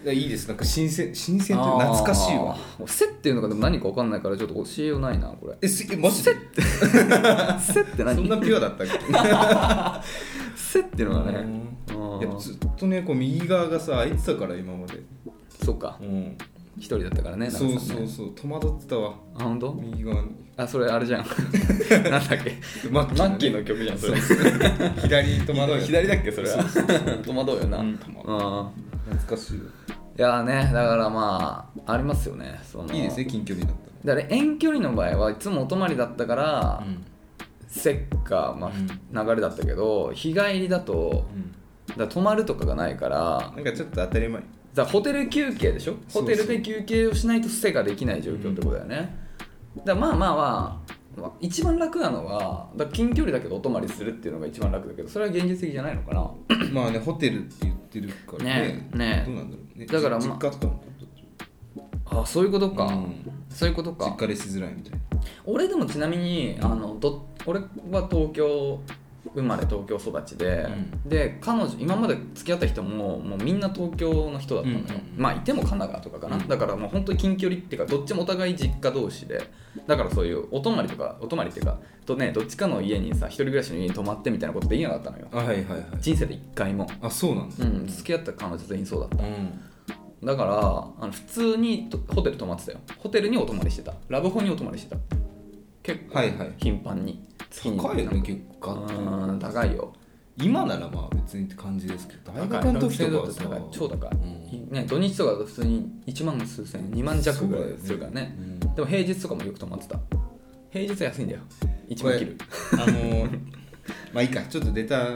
S1: いやいいですなんか新鮮新鮮というか懐かしいわ
S2: あーせっていうのがでも何か分かんないからちょっと教えようないなこれ
S1: えすえマジで
S2: せって何
S1: そんなピュアだったっけ
S2: せっていうのがね
S1: いやずっとねこう右側がさ空いてたから今まで
S2: そっか
S1: うん
S2: 一人だったからね中
S1: そう
S2: さん
S1: そう
S2: ね
S1: そう戸惑ってたわ
S2: あ本当
S1: 右側に
S2: あそれあれ じゃんなんだっけ
S1: マ
S2: マッキーの曲じゃんそれ
S1: 左に戸惑うやつ
S2: 左だっけそれは戸惑うよな、
S1: う
S2: うんん、
S1: 懐かしいわ
S2: いやーねだからまあありますよねその
S1: いいですね近距離だっ
S2: だから遠距離の場合はいつもお泊まりだったから、
S1: たらん
S2: せっか、まあ、流れだったけど日帰りだとだから泊まるとかがないから
S1: なんかちょっと当たり 前
S2: だからホテル休憩でしょ
S1: そうそう
S2: ホテルで休憩をしないとせができない状況ってことだよね、だからまあまあまあまあ一番楽なのはだから近距離だけどお泊まりするっていうのが一番楽だけどそれは現実的じゃないのかな
S1: まあねホテルって言ってるからね
S2: ねね
S1: どうなんだろうね
S2: だから
S1: じ
S2: まあ
S1: 実家とかも
S2: あそういうことか、
S1: うん
S2: そういうことか
S1: 実家でしづらいみたいな
S2: 俺でもちなみにあのど俺は東京生まれ東京育ちで、で彼女今まで付き合った人ももうみんな東京の人だったのよ、
S1: うん
S2: まあいても神奈川とかかな、
S1: うん
S2: だからもう本当に近距離っていうかどっちもお互い実家同士でだからそういうお泊まりとかお泊まりっていうかとねどっちかの家にさ一人暮らしの家に泊まってみたいなことできなかったのよ
S1: あはいはいはい
S2: 人生で一回も、
S1: あそうなんだ
S2: うん、付き合った彼女全員そうだった
S1: うん
S2: だからあの普通にとホテル泊まってたよホテルにお泊まりしてたラブホにお泊まりしてた結構
S1: はいはい
S2: 頻繁に月に
S1: 高いよね結構
S2: う
S1: ガッと
S2: ーん高いよ
S1: 今ならまあ別にって感じですけど大
S2: 高い
S1: 学の時とか
S2: 学
S1: は
S2: 生だと高い
S1: さ
S2: 超高い、
S1: うん
S2: ね、土日とかだと普通に1万数千2万弱ぐらいするからね
S1: そうだよね
S2: でも平日とかもよく泊まってた平日は安いんだよ1
S1: これ
S2: 万切る
S1: あのー まあいいかちょっと出た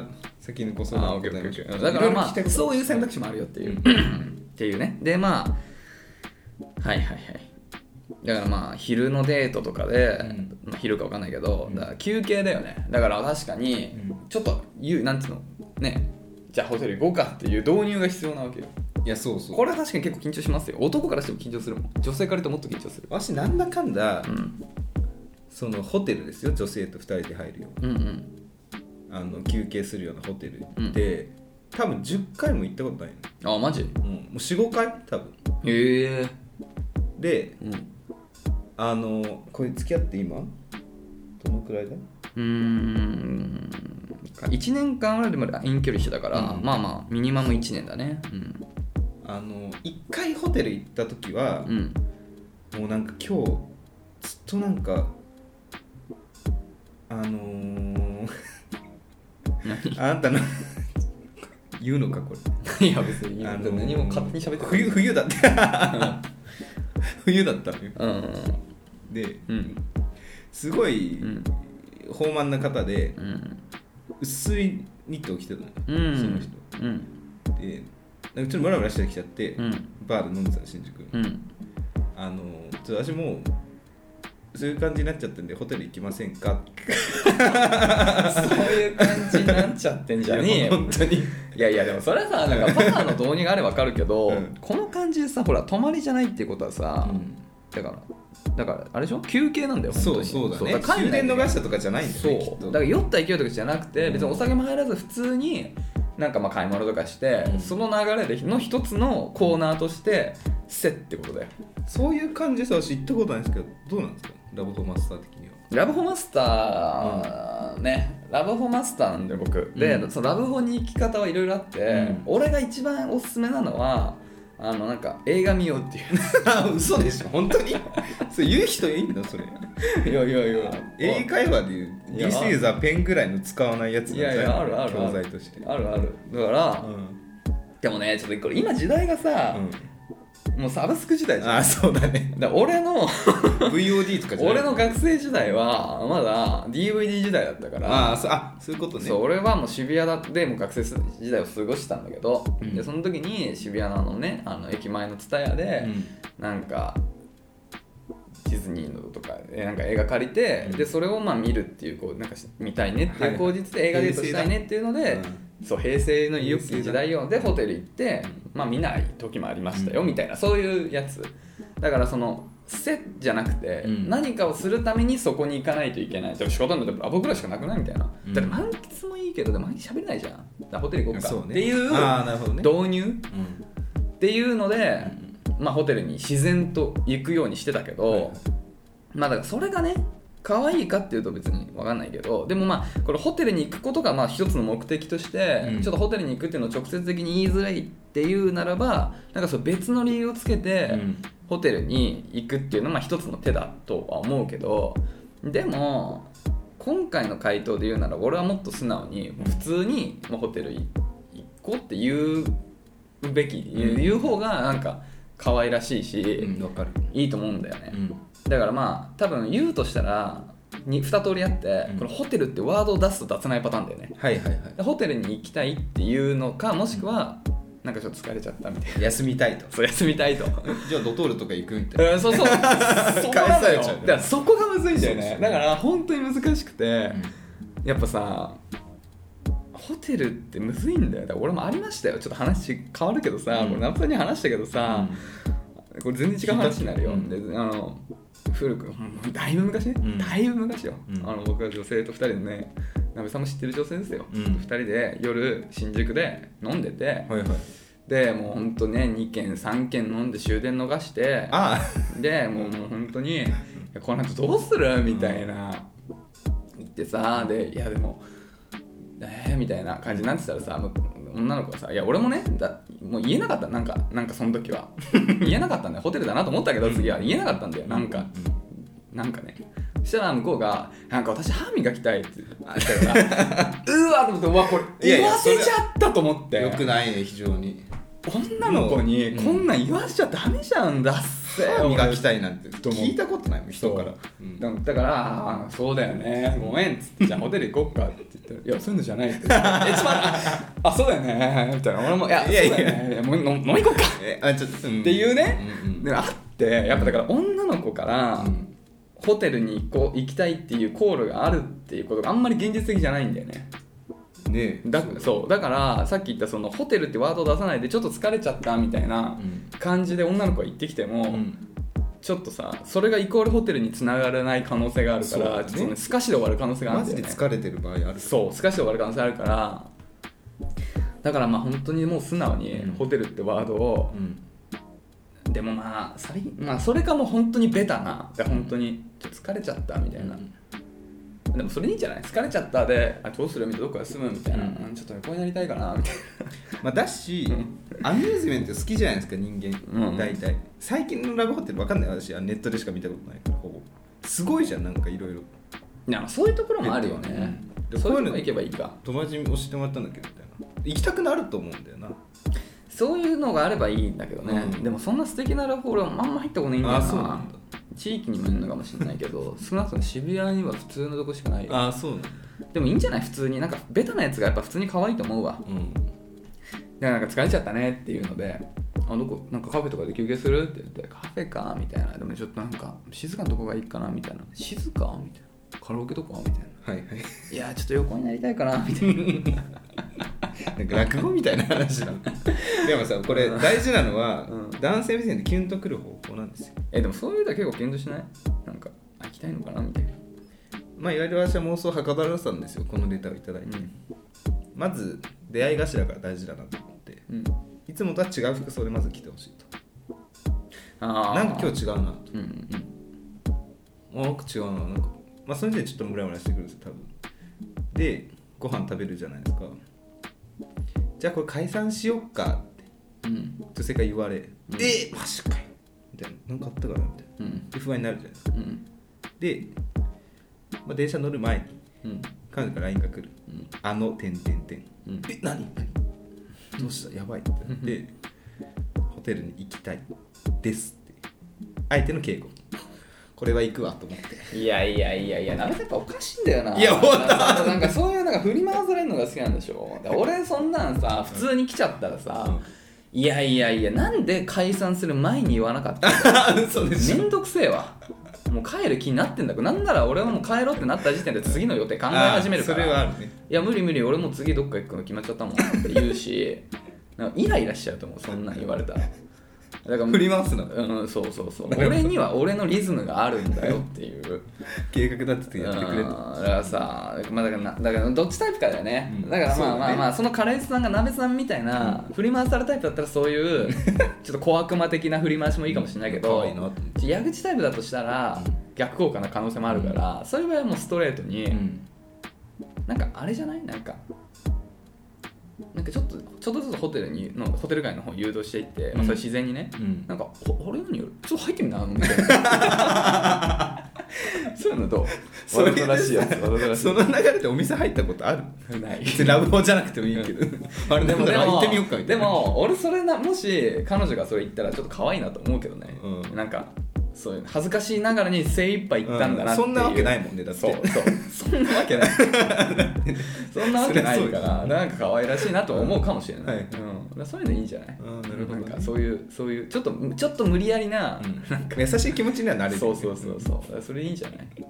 S1: 先にご相談
S2: あ
S1: を
S2: ーオッケ
S1: 答
S2: ー
S1: えまし
S2: オッ
S1: ょ
S2: ケーオッケ
S1: う
S2: ーだか
S1: いろ
S2: らま
S1: いろ聞きたい
S2: あ
S1: こと
S2: そういう選択肢もあるよっていうっていうねでまあはいはいはいだからまあ昼のデートとかで、
S1: うん
S2: まあ、昼か分かんないけど、
S1: うん
S2: だから休憩だよねだから確かに
S1: うん
S2: ちょっと言うなんていうのねじゃあホテル行こうかっていう導入が必要なわけよ
S1: いやそうそう
S2: これは確かに結構緊張しますよ男からしても緊張するもん女性から言うともっと緊張する
S1: わしなんだかんだ
S2: うん
S1: そのホテルですよ女性と2人で入るよ
S2: うんうん
S1: あの休憩するようなホテルで、多分10回も行ったことない
S2: あマジ
S1: の、うん、もう45回多分
S2: へえ
S1: で
S2: うんう
S1: あのこれ付き合って今どのくらいだ
S2: ーん1年間ぐらいまで遠距離してたから、
S1: うん
S2: まあまあミニマム1年だね
S1: あの1回ホテル行った時は
S2: うん、、うん、
S1: もうなんか今日ずっとなんかあのー、あなたの言うのかこれ
S2: いや別に
S1: あのー
S2: 何も勝手に喋って
S1: 冬冬だった 冬だったのよ
S2: うんうん
S1: で
S2: うん
S1: すごい
S2: うん
S1: 豊満な方で
S2: うん
S1: 薄いニットを着てたのよ、
S2: うん
S1: その人
S2: うん
S1: でなんかちょっとムラムラしてきちゃって、
S2: うん
S1: バーで飲んでたの新宿、
S2: うん
S1: あのちょっと私もうそういう感じになっちゃったんでホテル行きませんか
S2: そういう感じになっちゃってんじゃねえよ
S1: 本当に
S2: いやいやでもそれはさなんかパターの導入があればわかるけど、
S1: うん
S2: この感じでさほら泊まりじゃないってことはさ、だからだからあれでしょ休憩なんだよ本
S1: そ
S2: 当
S1: う
S2: に
S1: そうだね
S2: から帰
S1: 終
S2: んない
S1: 電逃したとかじゃないんだ
S2: そ
S1: よねきっ
S2: う
S1: と
S2: だから酔った勢いとかじゃなくて、
S1: うん
S2: 別にお酒も入らず普通になんかまあ買い物とかして、
S1: うん
S2: その流れでの一つのコーナーとしてせってことだよ
S1: そういう感じでさ私行ったことないんですけどどうなんですかラボホマスター的に は
S2: ラブホマスター、ねラブホマスターなんで僕、
S1: う
S2: で
S1: ん
S2: そのラブホに行き方はいろいろあって、
S1: ん
S2: 俺が一番おすすめなのはあのなんか映画見ようっていう
S1: あ嘘でしょ本当に それ言う人いんのそれ
S2: いやいやい
S1: 英会話で言う
S2: いや
S1: This is a pen ぐらいの使わないやつなん
S2: い
S1: だ
S2: や
S1: よ
S2: いやあるある
S1: 教材として
S2: あるあるだから、
S1: うん
S2: でもねちょっとこれ今時代がさ、もうサブスク時代じゃん
S1: あそうだ ね
S2: だから俺の
S1: VOD とかじゃない
S2: 俺の学生時代はまだ DVD 時代だったから
S1: ああそうあそういうことね
S2: そう俺はもう渋谷でもう学生時代を過ごしたんだけど、
S1: うん
S2: でその時に渋谷のあのねあの駅前の蔦屋で、
S1: うん
S2: なんかディズニーのとかえなんか映画借りて、
S1: うん
S2: でそれをまあ見るっていうこうなんかし見たいねって
S1: はい
S2: い
S1: は
S2: う
S1: い
S2: 口実で映画デートしたいねっていうので、そう平成の良き時代よでホテル行って、まあ、見ない時もありましたよ、
S1: うん
S2: みたいなそういうやつだからそのせじゃなくて、
S1: うん
S2: 何かをするためにそこに行かないといけないでも仕事なんてラボぐらいしかなくないみたいな、
S1: うん
S2: だって満喫もいいけどでも満喫喋れないじゃんだからホテル行こうか
S1: そうね
S2: っていう
S1: ああなるほどね
S2: 導入、
S1: うん
S2: っていうので、まあ、ホテルに自然と行くようにしてたけど、
S1: はいはい
S2: まあだからそれがね可愛いかっていうと別に分かんないけどでもまあこれホテルに行くことがまあ一つの目的として、
S1: うん
S2: ちょっとホテルに行くっていうのを直接的に言いづらいっていうならばなんかそう別の理由をつけて、
S1: うん
S2: ホテルに行くっていうのはまあ一つの手だとは思うけどでも今回の回答で言うなら俺はもっと素直に普通にまあホテル行こうって言うべき
S1: うん
S2: 言う方がなんか可愛らしいし
S1: うんわかる
S2: いいと思うんだよね
S1: うん
S2: だからまあ多分言うとしたら 2, 通りあって
S1: うん
S2: このホテルってワードを出すと出せないパターンだよね
S1: はいはいは
S2: ホテルに行きたいっていうのかもしくはなんかちょっと疲れちゃったみたいない
S1: 休みたいと
S2: そう休みたいと
S1: じゃあドトールとか行くみたいな
S2: うんそ うそうそうな
S1: 返さ
S2: の
S1: れ
S2: よ
S1: ちゃう
S2: だからそこがむずいんだよ
S1: そうそう
S2: ねだから本当に難しくてやっぱさホテルってむずいんだよだから俺もありましたよちょっと話変わるけどさ、
S1: うん
S2: これ夏に話したけどさ、これ全然違う話になるよ、
S1: うん
S2: であの古くもうだいぶ昔ね、
S1: うん
S2: だいぶ昔よ、
S1: うん
S2: あの僕は女性と2人でね鍋さんも知ってる女性ですよ、
S1: うん
S2: 2人で夜新宿で飲んでて、
S1: はいはい
S2: でもうほんとね2軒3軒飲んで終電逃して
S1: あ
S2: でもうもう本当にいや「この後どうする?」みたいな言ってさで「いやでもえー」みたいな感じになってたらさもう女の子がさ「いや俺もねだもう言えなかったなんかなんかその時は 言えなかったんだよホテルだなと思ったけど次は言えなかったんだよ
S1: あ
S2: なんかなんかねそしたら向こうが「なんか私歯磨きたい」って言 ったからうわと思ってうわこれ
S1: いやい
S2: 言
S1: や
S2: わ
S1: それ
S2: せちゃったと思って
S1: よくないね非常に
S2: 女の子にこんなん言わせちゃダメじゃんだっせ
S1: 歯磨きたいなんて
S2: どうも
S1: 聞いたことないもん人
S2: そう
S1: からうん
S2: だだからあー「そうだよねごめん」っつって「じゃあホテル行こっか」って言って「いやそういうのじゃない」って「えちょっと 待ってああそうだよね」みたいな俺も「いや
S1: いやいや
S2: そうだよねいやもう飲飲み行こうか」
S1: えあちょっとっ
S2: っていうね
S1: うん
S2: であってやっぱだから女の子から、
S1: うん
S2: ホテルに行こう行きたいっていうコールがあるっていうことがあんまり現実的じゃないんだよね
S1: うんねえ
S2: だそうだからさっき言ったそのホテルってワードを出さないでちょっと疲れちゃったみたいな
S1: うん
S2: 感じで女の子が行ってきても、
S1: うん
S2: ちょっとさそれがイコールホテルにつながらない可能性があるか
S1: そうだ
S2: ら
S1: ね
S2: ちょっとねすかしで終わる可能性がある
S1: マ
S2: んだ
S1: ジ
S2: よ
S1: で
S2: ね
S1: 疲れてる場合ある
S2: そうすかしで終わる可能性あるからだからまあ本当にもう素直に
S1: うん
S2: ホテルってワードを
S1: う、ん
S2: でもまあ最まあそれかもう本当にベタなで本当にちょっと疲れちゃったみたいな、でもそれいいんじゃない疲れちゃったであどうするみたいなどっか休むみたいな、
S1: うん
S2: うんちょっと横になりたいかなみたい
S1: まあだしアミューズメント好きじゃないですか人
S2: うんう
S1: 間
S2: ん
S1: 大体最近のラブホテルわかんない私はネットでしか見たことないからほぼすごいじゃんなんかいろいろ
S2: ないやそういうところもあるよね、
S1: うん
S2: そういうの行けばいいか
S1: 友達に教えてもらったんだけどみたいな行きたくなると思うんだよな
S2: そういうのがあればいいんだけどね、
S1: うん
S2: でもそんな素敵なラフォールはあんま入ったことないんだよ
S1: あ
S2: な
S1: そうなんだ
S2: 地域にもよるのかもしれないけ ど少なくとも渋谷には普通のとこしかないよ
S1: あそうなんだ
S2: でもいいんじゃない普通になんかベタなやつがやっぱ普通に可愛いと思うわ
S1: うん
S2: でなんか疲れちゃったねっていうので「あどこなんかカフェとかで休憩する?」って言って「カフェか」みたいな「でもちょっとなんか静かなとこがいいかな」みたいな「静か?」みたいな「カラオケとか?」みたいな
S1: はいはい
S2: 「いやーちょっと横になりたいかな」みたいな
S1: なんか落語みたいな 話だでもさこれ大事なのは、
S2: うん
S1: 男性目線でキュンとくる方向なんですよ
S2: えでもそういうのは結構検討しないなんかあ行きたいのかなみたいな
S1: まあいわゆる私は妄想をはかどらせたんですよこのデータをいただいて、
S2: う
S1: まず出会い頭から大事だなと思って
S2: ん、うん、
S1: いつもとは違う服装でまず来てほしいと
S2: あー
S1: なんか今日違うなと
S2: うんうん
S1: 多く違うななんかまあそれでちょっとムラムラしてくるんですよ多分でご飯食べるじゃないですかじゃあこれ解散しよっかって
S2: うん
S1: 女性から言われ、
S2: ん
S1: えマジかよみたいななんかあったかなみたいな
S2: うん
S1: で不安になるじゃないですか
S2: うん
S1: で、まあ、電車乗る前に
S2: うん
S1: 彼女から LINE が来る
S2: うん
S1: 「あの点点点
S2: うん」
S1: え何何どうしたやばい」ってなって「ホテルに行きたいです」って相手の敬語これは行くわと思って
S2: いやいやいやいや、なめさんやっぱおかしいんだよな。
S1: いやほんと
S2: なんかなんかそういうなんか振り回されるのが好きなんでしょ。で俺そんなんさ、普通に来ちゃったらさ、いやいやいや、なんで解散する前に言わなかった の
S1: そうで
S2: めんどくせえわ。もう帰る気になってんだけど、なんなら俺はもう帰ろうってなった時点で次の予定考え始めるから。
S1: それはあるね
S2: いや無理無理俺もう次どっか行くの決まっちゃったもんって言うしなんかイライラしちゃうと思うそんなん言われたらだから
S1: 振り回すな
S2: うんそうそうそ う
S1: なるほど
S2: 俺には俺のリズムがあるんだよっていう
S1: 計画だってやってくれ
S2: うん
S1: と
S2: だからさ、まあ、だからなだからどっちタイプかだよね、
S1: うん
S2: だから
S1: そう
S2: ま
S1: だ
S2: あ
S1: ね
S2: まあまあそのカレーさんが鍋さんみたいな振り回されるタイプだったらそ ういうちょっと小悪魔的な振り回しもいいかもしれないけど
S1: 可愛いなって
S2: ちょ矢口タイプだとしたら逆効果な可能性もあるから、そういう場合はもうストレートに、
S1: うん
S2: なんかあれじゃないなんかなんかちょっとちょっとずつホテルにのホテル街の方誘導していって、まあ、それ自然にね、
S1: うん
S2: なんか「ほあれ何よちょっと入ってみな」 みたいなそういうのどう
S1: そういう
S2: わざとらしいやつわざとらし い
S1: その流れでお店入ったことある
S2: ない
S1: 別にラブホじゃなくてもいいけどあれでも行ってみようかみたいな
S2: でも俺それなもし彼女がそれ言ったらちょっと可愛いなと思うけどね、
S1: うん
S2: なんかそういう恥ずかしいながらに精一杯言ったんだなっていう、
S1: うんそんなわけないもんねだって
S2: そうそうそんなわけないそんなわけない
S1: そり
S2: か
S1: ゃそう
S2: らなんか可愛らしいなと思うかもしれない、
S1: はい
S2: うんだからそういうのいいんじゃない、
S1: うんなるほどね
S2: んかそういうそういうちょっとちょっと無理やりな、
S1: うん優しい気持ちにはなれる
S2: そうそうそうそうだからそれいいんじゃないなんか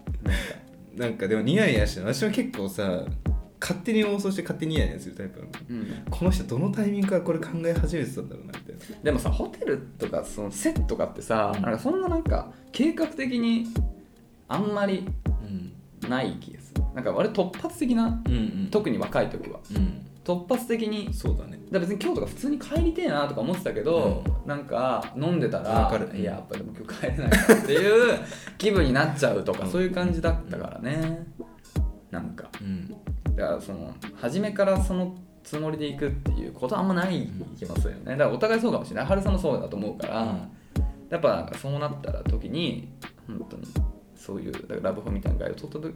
S1: なんかでもニヤニヤしてる私は結構さ勝手に妄想して勝手にニヤニヤするタイプなの
S2: うん
S1: この人どのタイミングからこれ考え始めてたんだろうなみたいな
S2: でもさホテルとかそのセットとかってさ、
S1: うん
S2: なんかそんななんか計画的にあんまり
S1: うん
S2: ない気がするなんか割と突発的な
S1: うんうん
S2: 特に若い時は
S1: うん
S2: 突発的に
S1: そうだね
S2: だから別に今日とか普通に帰りてえなとか思ってたけど、なんか飲んでた
S1: わ
S2: ら
S1: かる
S2: いややっぱでも今日帰れないなっていう 気分になっちゃうとか
S1: うん
S2: そういう感じだったからねなんか
S1: うん
S2: だからその初めからそのつもりで行くっていうことはあんまない気もするよねだからお互いそうかもしれない春さんもそうだと思うから、やっぱなんかそうなったら時に本当にそういうだからラブホみたいな街を通った時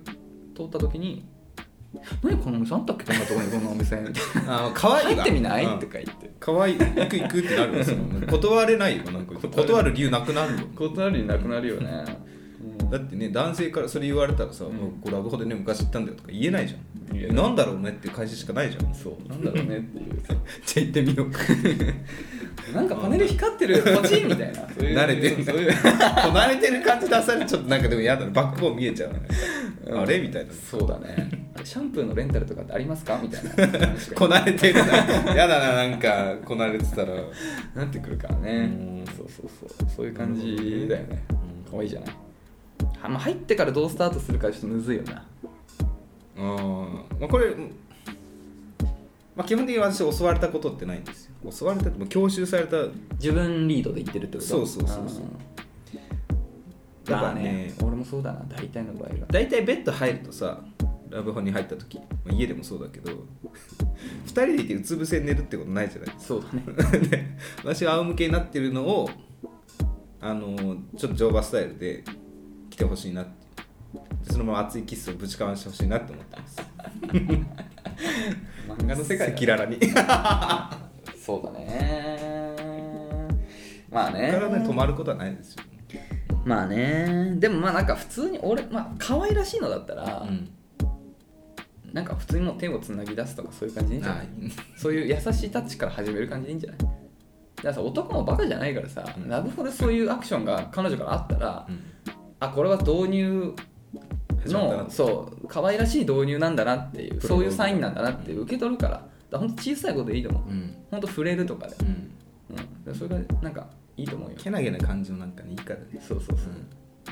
S2: 通った時に「何このお店あったっけこんなとこにこんなお 店」みたい
S1: あ可
S2: な「
S1: 愛い
S2: 入
S1: わ
S2: ってみない?」
S1: うん
S2: とか言って
S1: 可愛い行く行くってなるよそ の断れないよなんか断る理由なくなるよ
S2: 断るになくなるよね、
S1: だってね男性からそれ言われたらさ「もうこれラブホでね昔行ったんだよ」とか言えないじゃん
S2: 言え
S1: え
S2: ない
S1: なんだろうねっていう会社しかないじゃんじゃ
S2: そうなんだろうねっていう
S1: あ
S2: さ
S1: 行ってみようか
S2: なんかパネル光ってるポチンみたいなそういう
S1: 慣れてる
S2: そういう
S1: こなれてる感じ出されるちょっとなんかでも嫌だなバックボーン見えちゃうね
S2: うん
S1: あれみたいな
S2: そうだねあれシャンプーのレンタルとかってありますかみたいな
S1: こなれてるな嫌だななんかこなれてたら
S2: なってくるからね
S1: うん
S2: そうそうそうそういう感じだよね
S1: うん
S2: 可愛いじゃないはまあ入ってからどうスタートするかちょっとむずいよな
S1: うんまあこれ、まあ、基本的に私教われたことってないんですよ教われたってもう教習された
S2: 自分リードで言ってるってこと
S1: そうそうそうそう
S2: だから
S1: まあ
S2: ね
S1: ね
S2: 俺もそうだな大体の場合は
S1: 大体ベッド入るとさラブホに入った時、まあ、家でもそうだけど二人でいてうつ伏せに寝るってことないじゃない
S2: そうだね
S1: で私は仰向けになってるのをあのちょっと乗馬スタイルで来てほしいなってでそのまま熱いキスをぶちかましてほしいなって思ってます
S2: まあ
S1: 漫画の世界赤裸々に
S2: そうだねまあね
S1: 体に止まることはないですよ、
S2: まあねでもまあなんか普通に俺まあ可愛らしいのだったら、
S1: うん
S2: なんか普通にもう手をつなぎ出すとかそういう感じでいいんじゃないそういう優しいタッチから始める感じでいいんじゃないだからさ男もバカじゃないからさ、
S1: うん
S2: ラブホでそういうアクションが彼女からあったら、
S1: うん
S2: あこれは導入
S1: 始まったな
S2: のそう可愛らしい導入なんだなっていう
S1: プロ
S2: そ
S1: の
S2: ういうサインなんだなって受け取るからだからほんと小さいことでいいと思う
S1: うん
S2: ほんと触れるとかで、
S1: うん
S2: うん、それがなんかいいと思うよ
S1: けなげな感情なんかねいいからね
S2: そうそうそ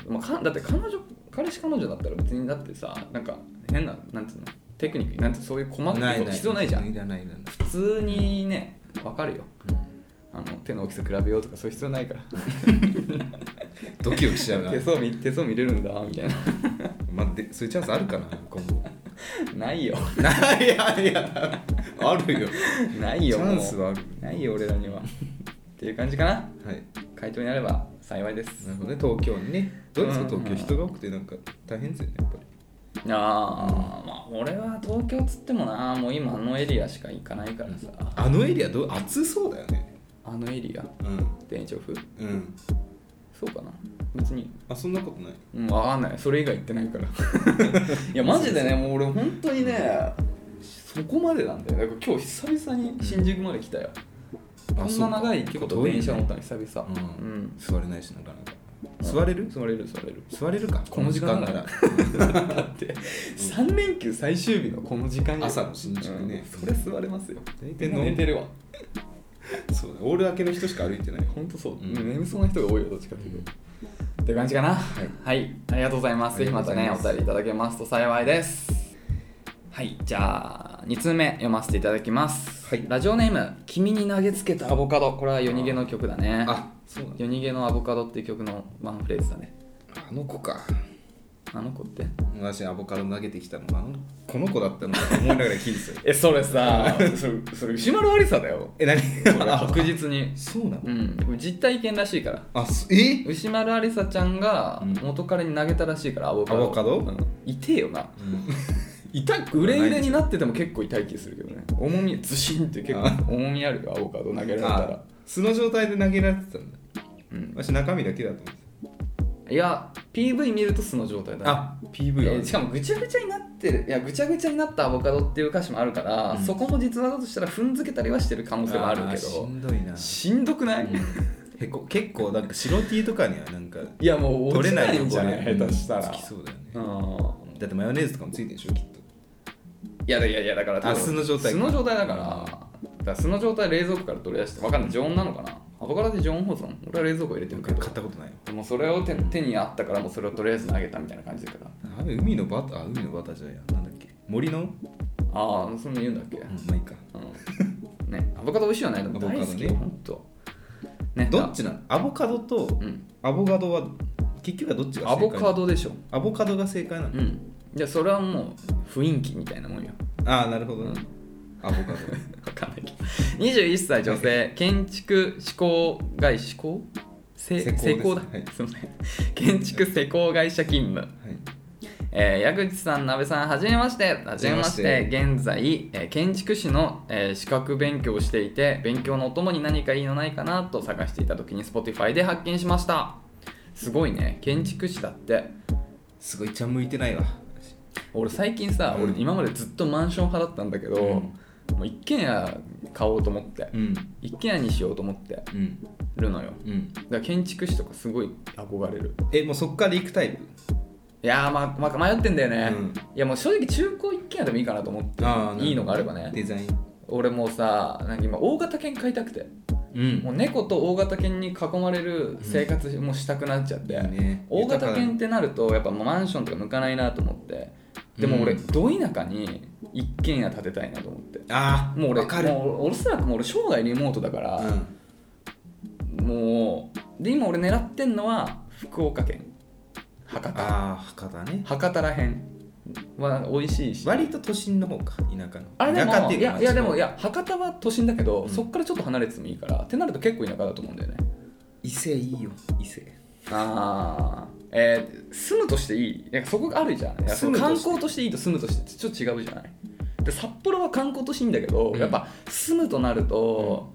S2: う、まあ、かだって彼女彼氏彼女だったら別にだってさなんか変ななんていうのテクニックなんてそういう細かいこと必要ないじゃん
S1: いらないいらない
S2: 普通にねわかるよあの手の大きさ比べようとかそういう必要ないから
S1: ドキドキしちゃうな
S2: 手相見手相見れるんだみたい
S1: まあ、でそういうチャンスあるかな今後
S2: な ないよ
S1: いやいやあるよ
S2: ないよ
S1: チ
S2: もう
S1: ャンスはある
S2: ないよ俺ら にはっていう感じかな
S1: はい
S2: 回答になれば幸いです
S1: なるほどね東京にねどうですか
S2: うん
S1: 東京人が多くてなんか大変ですよねやっぱり
S2: ああまあ俺は東京っつってもなもう今あのエリアしか行かないからさ
S1: あのエリアどう暑そうだよね
S2: あのエリア
S1: うん
S2: 電調布
S1: うん
S2: そうかな別に
S1: あそんなことない
S2: うん、分かんないそれ以外言ってない からいやマジでねもう俺本当にねそこまでなんだよだから今日久々に新宿まで来たよ、こんな長い結構電車乗ったの久々
S1: う
S2: うんん、
S1: 座れないしなかなか座れる
S2: 座れる座れる
S1: 座れるか
S2: この時間なら
S1: こ
S2: だって3連休最終日のこの時間に
S1: 朝の新宿ね
S2: うんそれ座れますよ
S1: 大体飲んで
S2: 寝てるわ
S1: のそうだオール明けの人しか歩いてない
S2: 本当そう、
S1: うん
S2: 眠そうな人が多いよどっちかというと、って感じかなはい、ありがとうございます
S1: あ
S2: ぜ
S1: り
S2: ひ
S1: が
S2: ま
S1: とう
S2: た
S1: ござい
S2: ね
S1: ま
S2: お
S1: す
S2: 便りいただけますと幸いですはいじゃあ2通目読ませていただきます、
S1: はい
S2: ラジオネーム「君に投げつけたアボカド」これは夜逃げの曲だね
S1: あそうなんだ
S2: 夜逃げのアボカドっていう曲のワンフレーズだね
S1: あの子か
S2: あの子って
S1: 私アボカド投げてきたのがあのこの子だったのかと思いながら聞いてたよ
S2: えそれさ それそれ牛丸ありさだよ
S1: え何
S2: 確実に
S1: そうなの、
S2: うん実体験らしいから
S1: あすえ
S2: 牛丸ありさちゃんが
S1: うん
S2: 元彼に投げたらしいからアボカ
S1: ア
S2: ド
S1: ボカド
S2: うん痛えよな
S1: 痛く
S2: グ
S1: はな
S2: レ
S1: い
S2: グレになってても結構痛い気するけどね重みずしんって結
S1: あ
S2: 構重みあるよアボカド投げられた
S1: あ
S2: ら、
S1: 素の状態で投げられてたんだ
S2: うん、
S1: 私中身だけだと思って
S2: いや PV 見ると素の状態だね
S1: たあ PV
S2: えーしかもぐちゃぐちゃになってるいやぐちゃぐちゃになったアボカドっていう歌詞もあるから、
S1: うん
S2: そこも実話だとしたら踏んづけたりはしてる可能性はあるけ
S1: し
S2: ど
S1: んどいな
S2: しんどくない、
S1: へこ結構なんか白 T とかにはなんか
S2: いやもう
S1: 取れ
S2: 落ち
S1: な
S2: ないいんじゃない
S1: 汚れ
S2: 下手したら、
S1: つきそうだよね、
S2: うん
S1: だってマヨネーズとかもついてるでしょきっと
S2: いやいやいやだから
S1: あ素の状態
S2: 素の状態だからだから素の状態冷蔵庫から取り出してわかんない常温なのかなアボカドって常温保存俺は冷蔵庫入れてるけど
S1: 買ったことないよ
S2: でもそれを手手にあったからもうそれをとりあえず投げたみたいな感じだから
S1: あれ海のバターあ海のバターじゃないやなんだっけ森の、うん、
S2: ああそんな言うんだっけ、
S1: まあいいか
S2: うん ねアボカド美味しいよねでも
S1: アボカ
S2: 大
S1: ドね
S2: 好きよほんとね
S1: どっちなのアボカドと
S2: うん
S1: アボカドは結局はどっちが
S2: アボカ
S1: ド
S2: ドでしょ
S1: アボカドが正解なの、
S2: うんじゃあそれはもう雰囲気みたいなもんよ
S1: ああなるほどね、アボカド
S2: わかんないけど21歳女性建築施工会施工せ
S1: 施工です
S2: 施工だ、
S1: はい
S2: すみません建築施工会社勤務、
S1: はい
S2: えー矢口さん鍋さんはじめましてはじめまし
S1: は
S2: て
S1: じ
S2: 現在、えー建築士の、えー資格勉強をしていて勉強のお供に何かいいのないかなと探していた時に Spotify で発見しましたすごいね建築士だって
S1: すごいちゃん向いてないわ
S2: 俺最近さ、
S1: うん
S2: 俺今までずっとマンション派だったんだけど、
S1: うん
S2: もう一軒家買おうと思って、
S1: うん
S2: 一軒家にしようと思って
S1: うん
S2: るのよ
S1: うん
S2: だから建築士とかすごい憧れる
S1: えもうそっから行くタイプ
S2: いやー、まあ、まあ迷ってんだよね、
S1: うん
S2: いやもう正直中古一軒家でもいいかなと思って
S1: あー
S2: いいのがあればね
S1: デザイン
S2: 俺もうさなんか今大型犬飼いたくて
S1: う
S2: もう猫と大型犬に囲まれる生活もしたくなっちゃって、
S1: いいね
S2: 大型犬ってなるとやっぱマンションとか向かないなと思ってでも俺
S1: うん
S2: ど田舎に一軒家建てたいなと思って
S1: ああ
S2: もう俺
S1: わかる
S2: もうおそらくもう俺生涯リモートだから、
S1: うん
S2: もうで今俺狙ってんのは福岡県博多
S1: ああ博多ね
S2: 博多らへんは美味しいし
S1: 割と都心の方か田舎の
S2: あれで
S1: 田舎
S2: も
S1: って
S2: いう
S1: か
S2: やいやでもいや博多は都心だけど、
S1: うん
S2: そっからちょっと離れててもいいからってなると結構田舎だと思うんだよね
S1: 伊勢いいよ伊勢
S2: ああえー、住むとしていいいやそこがあるじゃんいやそ
S1: 住
S2: の
S1: むと
S2: 観
S1: して
S2: 光としていいと住むとしてちょっと違うじゃないで札幌は観光都市いいんだけ
S1: う
S2: ど、
S1: ん
S2: やっぱ住むとなると、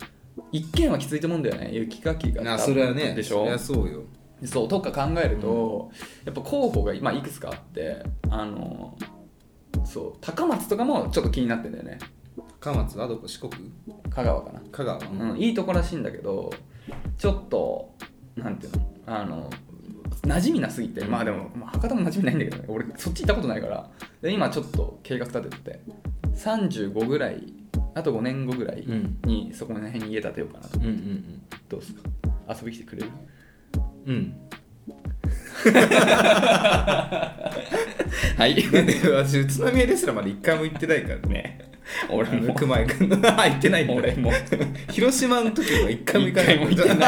S2: 一軒はきついと思うんだよね雪かきが
S1: あそれはね
S2: でしょ
S1: そりゃそうよ
S2: そうとか考えると、やっぱ候補が、まあ、いくつかあってあのそう高松とかもちょっと気になってんだよね
S1: 高松はどこ四国
S2: 香川かな、
S1: 香川、
S2: うん、いいとこらしいんだけどちょっとなんていうのあの馴染みなすぎてまあでも、まあ、博多も馴染みないんだけどね俺そっち行ったことないからで今ちょっと計画立ててて35ぐらいあと5年後ぐらい
S1: うん
S2: にそこら辺に家建てようかなと、
S1: うんうん
S2: どうですか遊び来て くれる
S1: うんうん
S2: はい
S1: だって私宇都宮ですらまで一回も行ってないから
S2: ね 俺
S1: あの
S2: も
S1: 熊井君の あ行ってないんだ
S2: 俺も
S1: 広島の時は一回も行かない
S2: 一回も行ってな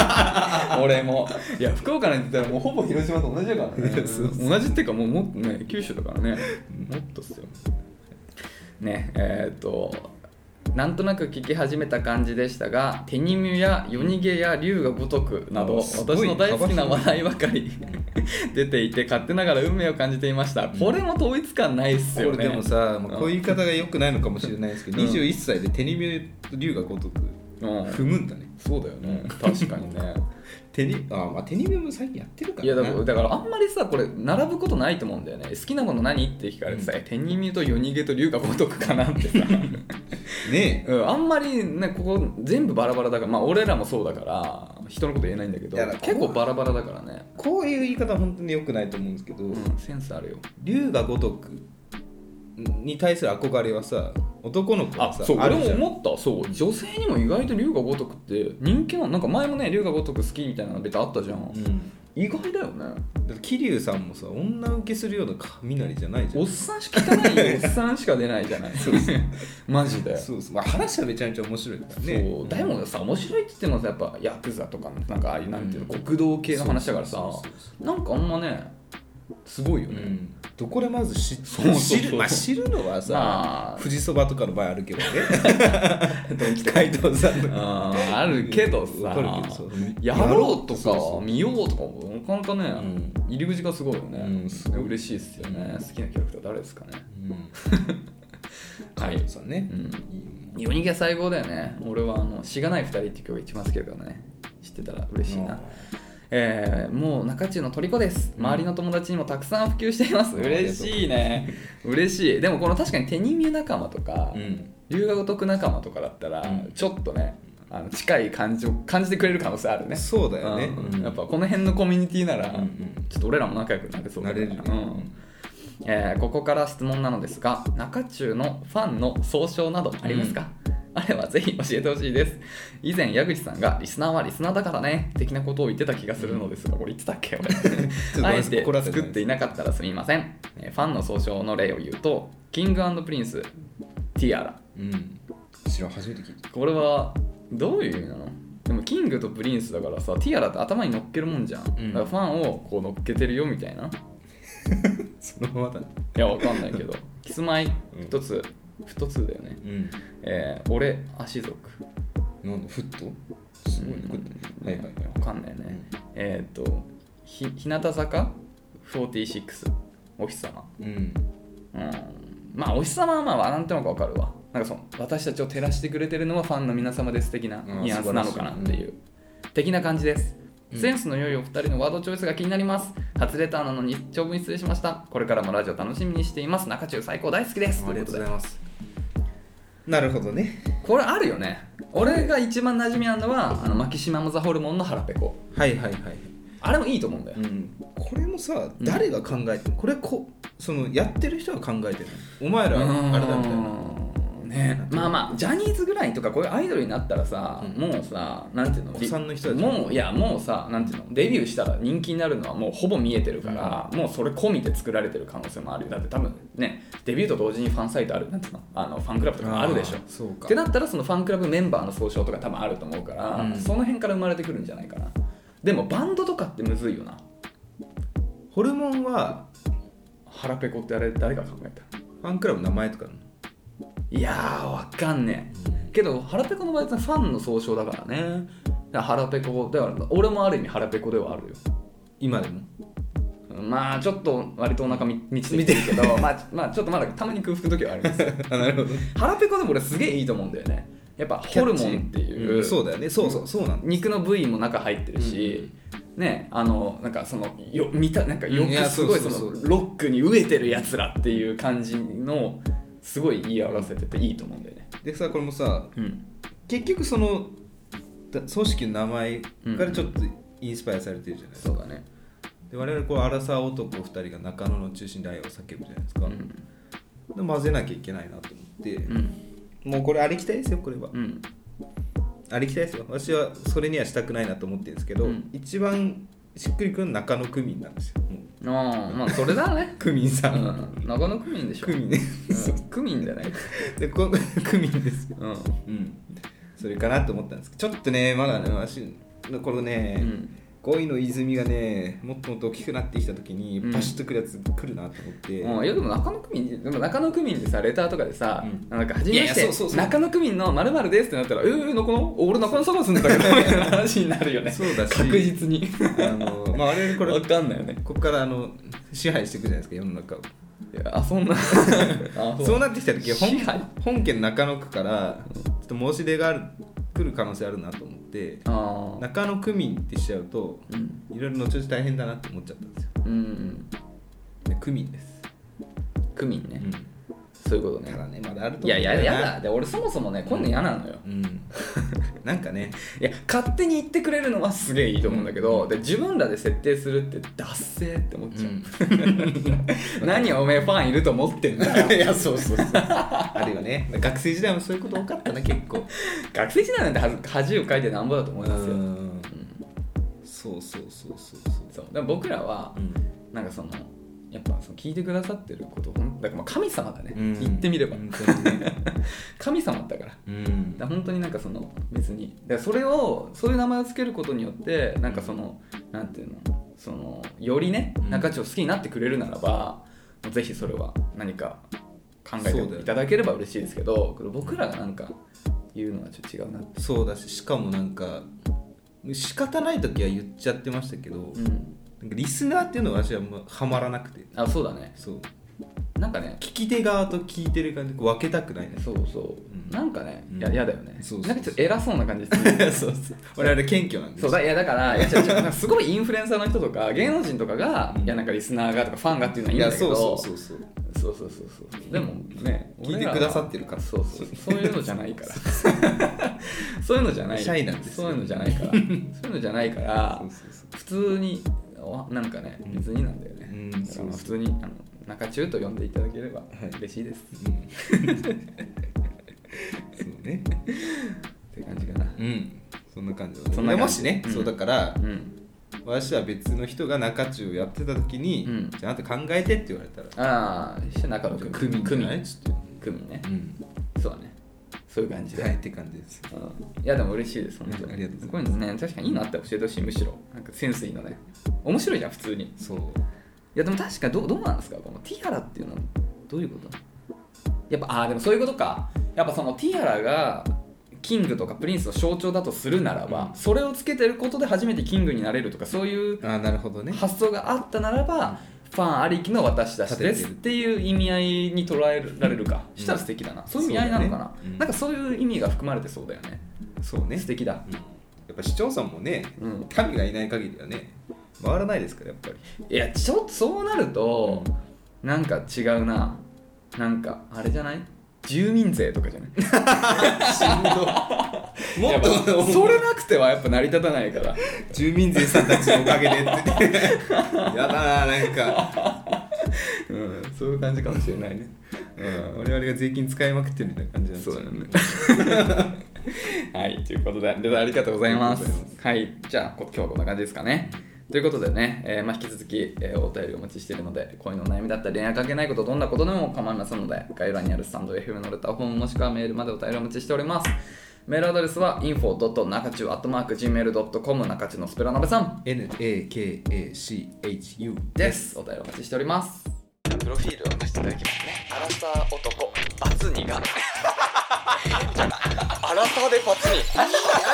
S2: い 俺もいや福岡なんて言ったらもうほぼ広島と同じだからね
S1: いやそうそ
S2: 同じっていうかもうもっとね九州だからねもっとっすよねえーっとなんとなく聞き始めた感じでしたが手にみや夜逃げや竜が如くなど
S1: あすごい
S2: 私の大好きな話題ばかり出ていて勝手ながら運命を感じていましたこれも統一感ないっすよ
S1: こ
S2: ね
S1: れでもさ、まあ、こういう言い方が良くないのかもしれないですけど、
S2: うん
S1: 21歳で手に見える竜が如く
S2: うん
S1: 踏むんだね
S2: そうだよね確かにね
S1: 手にあ、まあ、手に見えも最近やってるか
S2: いや
S1: らな
S2: だからだからあんまりさこれ並ぶことないと思うんだよね好きなもの何って聞かれてさ「天に見と夜逃げと龍が如くかな」っ てさ、
S1: ね
S2: うん、あんまりねここ全部バラバラだからまあ俺らもそうだから人のこと言えないんだけど
S1: いやだから
S2: 結構バラバラだからね
S1: えこういう言い方は本当に良くないと思うんですけど、
S2: うんセンスあるよ
S1: 龍が如くに対する憧れはさ男の子
S2: あ
S1: はさ
S2: そう
S1: あ
S2: 俺
S1: るじゃん
S2: も思ったそう女性にも意外と龍が如くって人気なのなんか前もね龍が如く好きみたいなの別にあったじゃん、
S1: うん
S2: 意外だよね
S1: だって桐生さんもさ女受けするような雷じゃないじゃ
S2: お
S1: ん
S2: っさんしか汚いおっさんしか出ないじゃない マジで
S1: そうそう、まあ、話はめちゃめちゃ面白いからね
S2: そうでもさ面白いって言ってもさやっぱヤクザとかのなんかああいうなんていうの極道系の話だからさ
S1: そうそうそう
S2: なんかあんまねすごいよ
S1: う
S2: ね、
S1: んどこでまず知
S2: そうそうそう
S1: 知る、まあ、知るのはさ、
S2: まあ
S1: 富士そばとかの場合あるけど ね海藤さんの
S2: あーあるけど
S1: わか
S2: さ
S1: るけどそう
S2: やろうと
S1: そう
S2: か
S1: そ
S2: 見ようとかもなかなかね、
S1: う
S2: 入り口がすごいよね、
S1: うんすごい
S2: 嬉しいですよね、好きなキャラクター誰ですかね
S1: うん
S2: はい
S1: 海藤さんね、
S2: うん
S1: いいね
S2: 夜逃げは最高だよね俺はあの「しがない二人」って曲が一番好きだからね知ってたら嬉しいな、えーもう中中の虜です周りの友達にもたくさん普及しています、
S1: うん
S2: 嬉しいね嬉しいでもこの確かに手に見え仲間とか、
S1: うん
S2: 留学得仲間とかだったら、
S1: うん
S2: ちょっとねあの近い感じを感じてくれる可能性あるね
S1: そうだよね、
S2: うんやっぱこの辺のコミュニティなら、
S1: うんうん
S2: ちょっと俺らも仲良くなれそうだ
S1: 慣れるね
S2: うんえーここから質問なのですが中中のファンの総称などありますか、あればぜひ教えてほしいです以前矢口さんがリスナーはリスナーだからね的なことを言ってた気がするのですがこれ言ってた っけ
S1: ごめん
S2: 俺
S1: な
S2: あ
S1: さい
S2: えて
S1: ここらでね
S2: 作っていなかったらすみません、えーファンの総称の例を言うとキングプリンスティアラ
S1: うん知らん初めて聞いた
S2: これはどういう意味なのでもキングとプリンスだからさティアラって頭に乗っけるもんじゃん、
S1: うん
S2: だからファンをこう乗っけてるよみたいな
S1: そのままだね
S2: いやわかんない けどキスマイ一つ一つだよね
S1: うん
S2: えー、俺足族
S1: なんでフットすごいね、こうやってはいはいはい
S2: わかんないね、えっ、ー、とひ日向坂46お日様
S1: うん
S2: うんまあお日様はまあなんとなくわかるわなんかその私たちを照らしてくれてるのはファンの皆様です的な
S1: うん
S2: ニュアンスなのかなっていう、的な感じですセンスの良いお二人のワードチョイスが気になります。初レターなのに長文失礼しました。これからもラジオ楽しみにしています。中中最高大好きです。ということで
S1: ますなるほどね
S2: これあるよね俺が一番馴染みあるのはあのマキシマムザホルモンの腹ペコ
S1: はいはいはい
S2: あれもいいと思うんだよ、
S1: うんこれもさ誰が考えてるこれこそのやってる人が考えてるお前らあれだみたいな
S2: うんねまあまあジャニーズぐらいとかこういうアイドルになったらさ、
S1: うん
S2: もうさなんていうの
S1: お子さんの人たち
S2: もういやもうさなんていうのデビューしたら人気になるのはもうほぼ見えてるから、もうそれ込みで作られてる可能性もあるよだって多分ねデビューと同時にファンサイトあるなんていうのあのファンクラブとかあるでしょ
S1: あーそうか
S2: ってなったらそのファンクラブメンバーの総称とか多分あると思うから、
S1: うん
S2: その辺から生まれてくるんじゃないかなでもバンドとかってむずいよな
S1: ホルモンは
S2: 腹ペコってあれ誰が考えた
S1: ファンクラブの名前とかなの
S2: いやーわかんねえけど腹ペコの場合はファンの総称だからねだから腹ペコだから俺もある意味腹ペコではあるよ
S1: 今でも
S2: まあちょっと割とお腹み満ちてきてるけどまあ、まあ、ちょっとまだたまに空腹の 時はありますよ
S1: あなるほど
S2: 腹ペコでも俺すげえいいと思うんだよねやっぱホルモンっていう、
S1: んそうだよねそうそうそうなんだ
S2: 肉の部位も中入ってるし、ねあのなんかそのよ見たなんかよ
S1: うんい
S2: く
S1: や
S2: すごい
S1: そ
S2: そ
S1: そう
S2: うの
S1: そう
S2: ロックに飢えてるやつらっていう感じのすごい言い表せてていいと思うんだよね
S1: でさこれもさ
S2: うん
S1: 結局そのだ組織の名前からちょっとインスパイアされてるじゃないですか、
S2: そうだね
S1: で我々こう荒沢男2人が中野の中心で愛を叫ぶじゃないですか、
S2: うん
S1: で混ぜなきゃいけないなと思って、
S2: うん
S1: もうこれありきたいですよこれは、
S2: うん
S1: ありきたいですよ私はそれにはしたくないなと思ってるんですけど、
S2: うん
S1: 一番しっくりくるのは中野区民なんですよもう
S2: ああまあそれだ ね
S1: 区民
S2: う
S1: さん、
S2: ん長野区民でしょ
S1: 区民 ね
S2: うん区民じゃない
S1: でこ 区民ですよ
S2: うん
S1: うんそれかなと思ったんですけどちょっとねまだね私のこのね、
S2: うん
S1: 恋の泉がねもっともっと大きくなってきた時に
S2: うん
S1: パシッとくるやつ来るなと思って、
S2: うん、いやでも中野区民でも中野区民でさレターとかでさ、
S1: う
S2: なんか
S1: い
S2: 初め
S1: やい
S2: ま
S1: や
S2: して
S1: そうそうそう
S2: 中野区民のまるですってなったら「えー、中野俺中野探すんだ けど」みたいな話になるよね
S1: そうだし
S2: 確実に
S1: あのまあ我々これ
S2: 分かんないよね
S1: ここからあの支配していくじゃないですか世の中を
S2: い やあそんなあ
S1: そうなってきた時は
S2: 支配
S1: 本本県中野区からちょっと申し出がある来る可能性あるなと思って
S2: あー
S1: 中野区民ってしちゃうと
S2: うん
S1: いろいろ後々大変だなって思っちゃったんですよ
S2: うん
S1: で区民です、
S2: 区民ね、
S1: うん、
S2: そういうこと
S1: ただ
S2: ね
S1: ねまだあると
S2: い
S1: 思
S2: や
S1: うん
S2: い
S1: よ
S2: や
S1: な
S2: やだで俺そもそもねこんなん嫌なのよ、
S1: うんなんかね
S2: いや勝手に言ってくれるのはすげえいいと思うんだけど、で自分らで設定するってダッセーって思っちゃう、何おめえファンいると思ってんだよ
S1: いやそうそうそうあるよね学生時代もそういうこと多かったな結構
S2: 学生時代なんて恥ず恥をかいてなんぼだと思いますよ、
S1: んそうそうそうそうそう
S2: そうでも僕らは
S1: うん
S2: なんかそのやっぱその聞いてくださってることほんだからまあ神様だね、
S1: うん
S2: 言ってみれば
S1: 本当にね
S2: 神様だから
S1: うん
S2: だから本当になんかその別にだからそれをそういう名前を付けることによってなんかそのなんていうのそのよりね
S1: うん
S2: 中地を好きになってくれるならば、もうぜひそれは何か考
S1: そ
S2: え
S1: うだよ
S2: て
S1: ね
S2: いただければ嬉しいですけど、僕らがなんか言うのはちょっと違うなって、
S1: そうだししかもなんか仕方ない時は言っちゃってましたけど、
S2: うん、
S1: なんかリスナーっていうのは私はもうハマらなくて
S2: あそうだね
S1: そう
S2: なんかね
S1: 聞き手側と聞いてる感じこう分けたくないね
S2: そうそう、
S1: うん
S2: なんかね
S1: うん
S2: いや嫌だよね
S1: そうそうそう
S2: なんかちょっと偉そうな感じで す
S1: そ
S2: る
S1: うそう我々謙虚なんで
S2: そうだいやだからいや違う違うなんかすごいインフルエンサーの人とか芸能人とかが、
S1: うん
S2: いやなんかリスナーがとかファンがっていうのはいいんだけど
S1: やそうそうそうそう
S2: そうそうそうそうでもね
S1: 聞いてくださってるから
S2: 俺はそうそうそういうのじゃないから そういうのじゃない
S1: シャイなんですよ
S2: そういうのじゃないからそういうのじゃないから
S1: そうそうそう
S2: 普通におなんかね別になんだよね、
S1: うん
S2: だか
S1: そ
S2: ら
S1: う
S2: まあ
S1: そう
S2: 普通にあの中中と呼んでいただければ
S1: い
S2: 嬉しいです、
S1: うん そうね
S2: って感じかな
S1: うんそんな感じだ
S2: そんな感じ
S1: もしね、
S2: うん
S1: そうだから
S2: うん
S1: 私は別の人が中中をやってた時に、
S2: うん
S1: じゃああなた考えてって言われたら
S2: ああして中野
S1: 区民じゃ
S2: 組
S1: ない
S2: 組
S1: ちょっ
S2: 組ね
S1: と、うん
S2: そうだねそういう感じで、
S1: はいって感じです
S2: うんいやでも嬉しいです本当
S1: うん
S2: に
S1: ありがとうござ
S2: いますこういうのね確かにいいのあったら教えてほしいむしろなんかセンスいいのね面白いじゃん普通にい
S1: そう
S2: やでも確かどうどうなんですかこのティアラっていうのはどういうことやっぱああでもそういうことかやっぱそのティアラがキングとかプリンスの象徴だとするならば、
S1: うん
S2: それをつけてることで初めてキングになれるとかそういう
S1: あーなるほどね
S2: 発想があったならば、ファンありきの私たちですっていう意味合いに捉えられるか、
S1: うん
S2: したら素敵だなそういう意味合いなのかな、
S1: そうだねうん
S2: なんかそういう意味が含まれてそうだよね
S1: そうね
S2: 素敵だ
S1: うんやっぱ市長さんもね、
S2: うん
S1: 民がいない限りはね回らないですからやっぱり
S2: いやちょっとそうなると、なんか違うななんかあれじゃない住民税とか じゃない
S1: もっと
S2: やっぱそれなくてはやっぱ成り立たないから
S1: 住民税さんたちのおかげでって やだななんか、
S2: うんそういう感じかもしれないね
S1: うん、我々が税金使いまくってるみたいな感じなん
S2: そうだよねはいということでレターありがとうございます
S1: ありがとうご
S2: はいじゃあこ今日はこんな感じですかねということでね、えーまあ、引き続き、えーお便りお待ちしているので恋のお悩みだったり恋愛関係ないことどんなことでも構いませんので概要欄にあるスタンド FM のレターフォームもしくはメールまでお便りお待ちしておりますメールアドレスは info.nakachu.gmail.com 中中のスペラナベさん
S1: NAKACHU
S2: ですお便りお待ちしておりますプロフィールを出していただきますねアラサー男バツ2がアラサーでバツ2や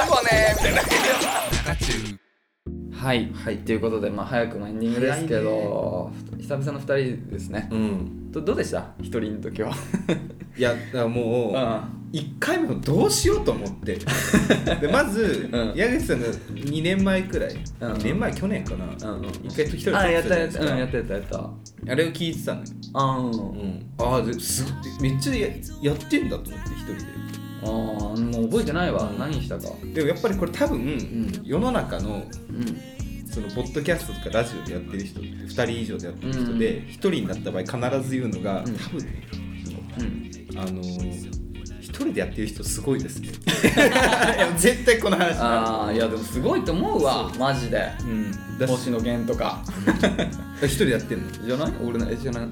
S2: ばねみたいなはい、
S1: はい
S2: ということで、まあ、早くもエンディングですけど、久々の二人ですね、
S1: うん
S2: どどうでした一人の時は
S1: いやだからもう
S2: うん
S1: 1回目もどうしようと思ってで まず、
S2: うん
S1: 矢口さんが2年前くらい、
S2: うん
S1: 2年前去年かな、
S2: うん
S1: 一回一人で
S2: あ
S1: 撮
S2: や
S1: っ
S2: ってた
S1: じゃないです
S2: やった、
S1: か
S2: うん、やったやったやった
S1: あれを聞いてたのよ、
S2: あー、
S1: うん、ああですごいめっちゃややってんだと思って一人
S2: あーもう覚えてないわ、
S1: うん
S2: 何したか
S1: ででもやっぱりこれ多分、
S2: ん
S1: 世の中の
S2: うん
S1: そのポッドキャストとかラジオでやってる人って2人以上でやってる人で、
S2: う
S1: 1人になった場合必ず言うのが、
S2: うん
S1: 多分
S2: うん
S1: あの1人でやってる 人すごいですねいや絶対この話に
S2: あ
S1: な
S2: あ
S1: る
S2: いやでもすごいと思うわマジで
S1: うんだし
S2: 星野源とか
S1: 1人でやってんの
S2: じゃない俺ないじゃない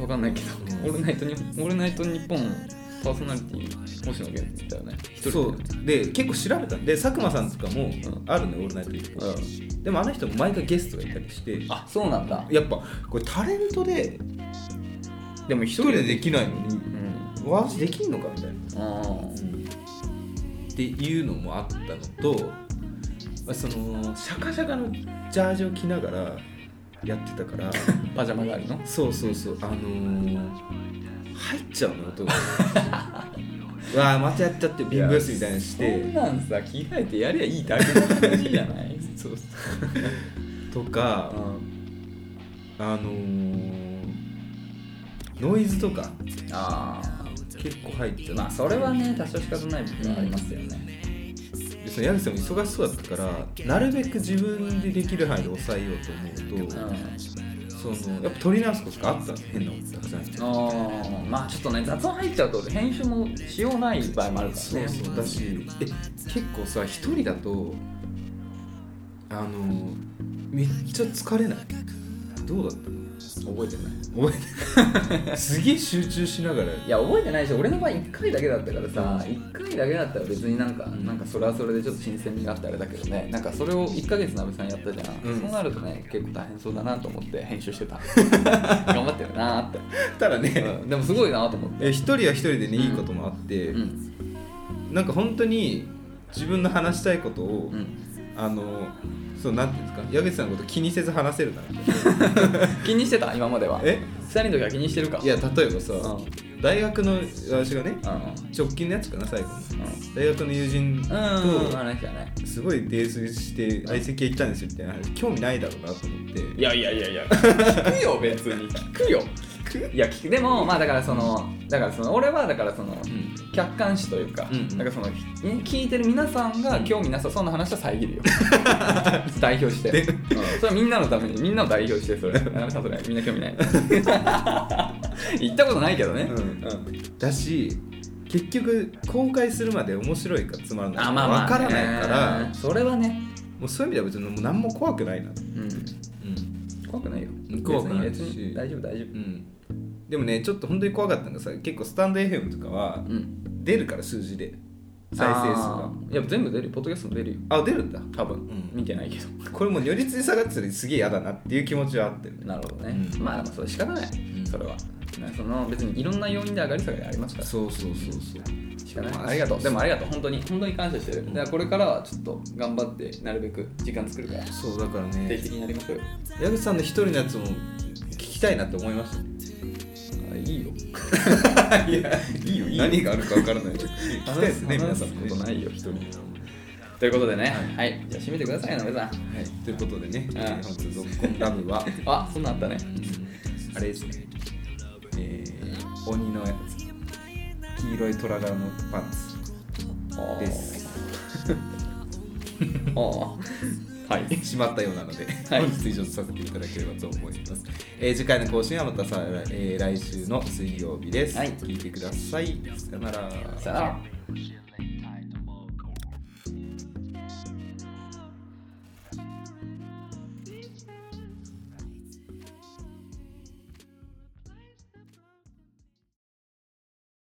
S2: わかんないけど、
S1: うん
S2: 俺ナイトに俺ナイト日本パーソナリティ星野源だよね一人
S1: そうで結構調べたんで佐久間さんとかも
S2: ん
S1: あるのよ「オールナイトニッポン
S2: うん、
S1: でもあの人も毎回ゲストがいたりして
S2: あそうなんだ
S1: やっぱこれタレントで
S2: でも一
S1: 一人でできないのに
S2: うん
S1: 私できんのかみたいな、
S2: あ
S1: っていうのもあったのとまあそのシャカシャカのジャージを着ながらやってたから
S2: ーパジャマ代わりの
S1: そうそうそうあのー、入っちゃうの 音がうわあまたやっちゃってビングスみたいにし
S2: そん
S1: て
S2: なんさ着替えてやりゃいいだけの話じゃない そう
S1: とか、
S2: ん、
S1: あのー、ノイズとか
S2: ああ
S1: 結構入っちゃう、
S2: まあそれはね多少仕方ない部分はありますよね
S1: でその矢口さんも忙しそうだったからなるべく自分でできる範囲で抑えようと思う
S2: う
S1: と、
S2: ん
S1: そのやっぱ取り直すことがあったの変な音たくさん
S2: あーまあちょっとね雑音入っちゃうと編集もしようない場合もあるからね
S1: そうそうだしえ結構さ一人だとあのめっちゃ疲れないどうだったの
S2: 覚えてない
S1: 覚え てないすげえ集中しながら
S2: いや覚えてないし俺の場合1回だけだったからさ1回だけだったら別になんかなんかそれはそれでちょっと新鮮味があってあれだけどねなんかそれを1ヶ月なべさんやったじゃん、
S1: うん
S2: そうなるとね結構大変そうだなと思って編集して た頑張ってるなーって、
S1: たらね、
S2: うんでもすごいなと思って
S1: え一人は一人でねいいこともあって、
S2: うん
S1: なんか本当に自分の話したいことを、
S2: うん
S1: あのそうなんていうんですか矢口さんのこと気にせず話せるなみたいな
S2: 気にしてた今までは
S1: え
S2: 2人の時は気にしてるか
S1: いや例えばさ、
S2: う
S1: 大学の私がね
S2: うんうん
S1: 直近のやつかな最後の
S2: う
S1: 大学の友人
S2: んうん
S1: と
S2: あれだよね
S1: すごい泥酔して相席屋行ったんですよみたいな話興味ないだろうなと思って
S2: いやいやいや いや聞くよ別に聞くよ
S1: 聞く
S2: いや聞くでもまあだからそのだからその俺はだからその、
S1: うん
S2: 客観視というか、
S1: うんうん
S2: なんかそのひ聞いてる皆さんが興味なさそうな話は遮 るよ代表して、うんそれはみんなのためにみんなを代表してそれ田辺さんそれみんな興 味ない行ったことないけどね、
S1: うんだし結局公開するまで面白いかつまらない
S2: あ
S1: か
S2: まあまあ、
S1: 分からないから、
S2: ねそれはね、
S1: もうそういう意味では別にもう何も怖くないな、
S2: うん、
S1: うん
S2: 怖くないよ
S1: 怖くないし
S2: 別に別に大丈夫大丈夫
S1: でもねちょっと本当に怖かったのがさ結構スタンド FM とかは
S2: うん
S1: 出るから数字で再生数が
S2: あーいや全部出るよポッドキャストも出るよ
S1: あ出るんだ
S2: 多分、
S1: ん
S2: 見てないけど
S1: これもう如実に下がってたらすげえ嫌だなっていう気持ちはあってる
S2: なるほどね、
S1: うん
S2: まあでもそれ仕方ない、
S1: ん
S2: それはなその別にいろんな要因で上がり下がりありますから
S1: そうそうそうそう
S2: しかないありがとうでもありがとう本当に本当に感謝してるだからこれからはちょっと頑張ってなるべく時間作るから
S1: そうだから
S2: 定期
S1: ね
S2: 的にやりましょうよ
S1: 矢口さんの一人のやつも聞きたいなって思いましたね
S2: あい いよ
S1: いや いいよ いいよ何があるかわ からない聞きたいですね皆
S2: 話す
S1: さん
S2: 話
S1: も
S2: す
S1: ね
S2: ことないよ
S1: 一
S2: 人
S1: 人
S2: に
S1: に
S2: ということでねはい、じゃあ締めてくださいなべさん
S1: はいということでね
S2: ん
S1: 本日「ゾッコンラブは」
S2: あそんなんあったね
S1: あれですねえー鬼のやつ黄色い虎柄のパンツ
S2: あー
S1: です
S2: あーはい
S1: しまったようなので、
S2: はい
S1: 本日以上とさせていただければと思います、えー次回の更新はまたさ、えー来週の水曜日です、
S2: はい
S1: 聞いてくださいさよなら
S2: さよなら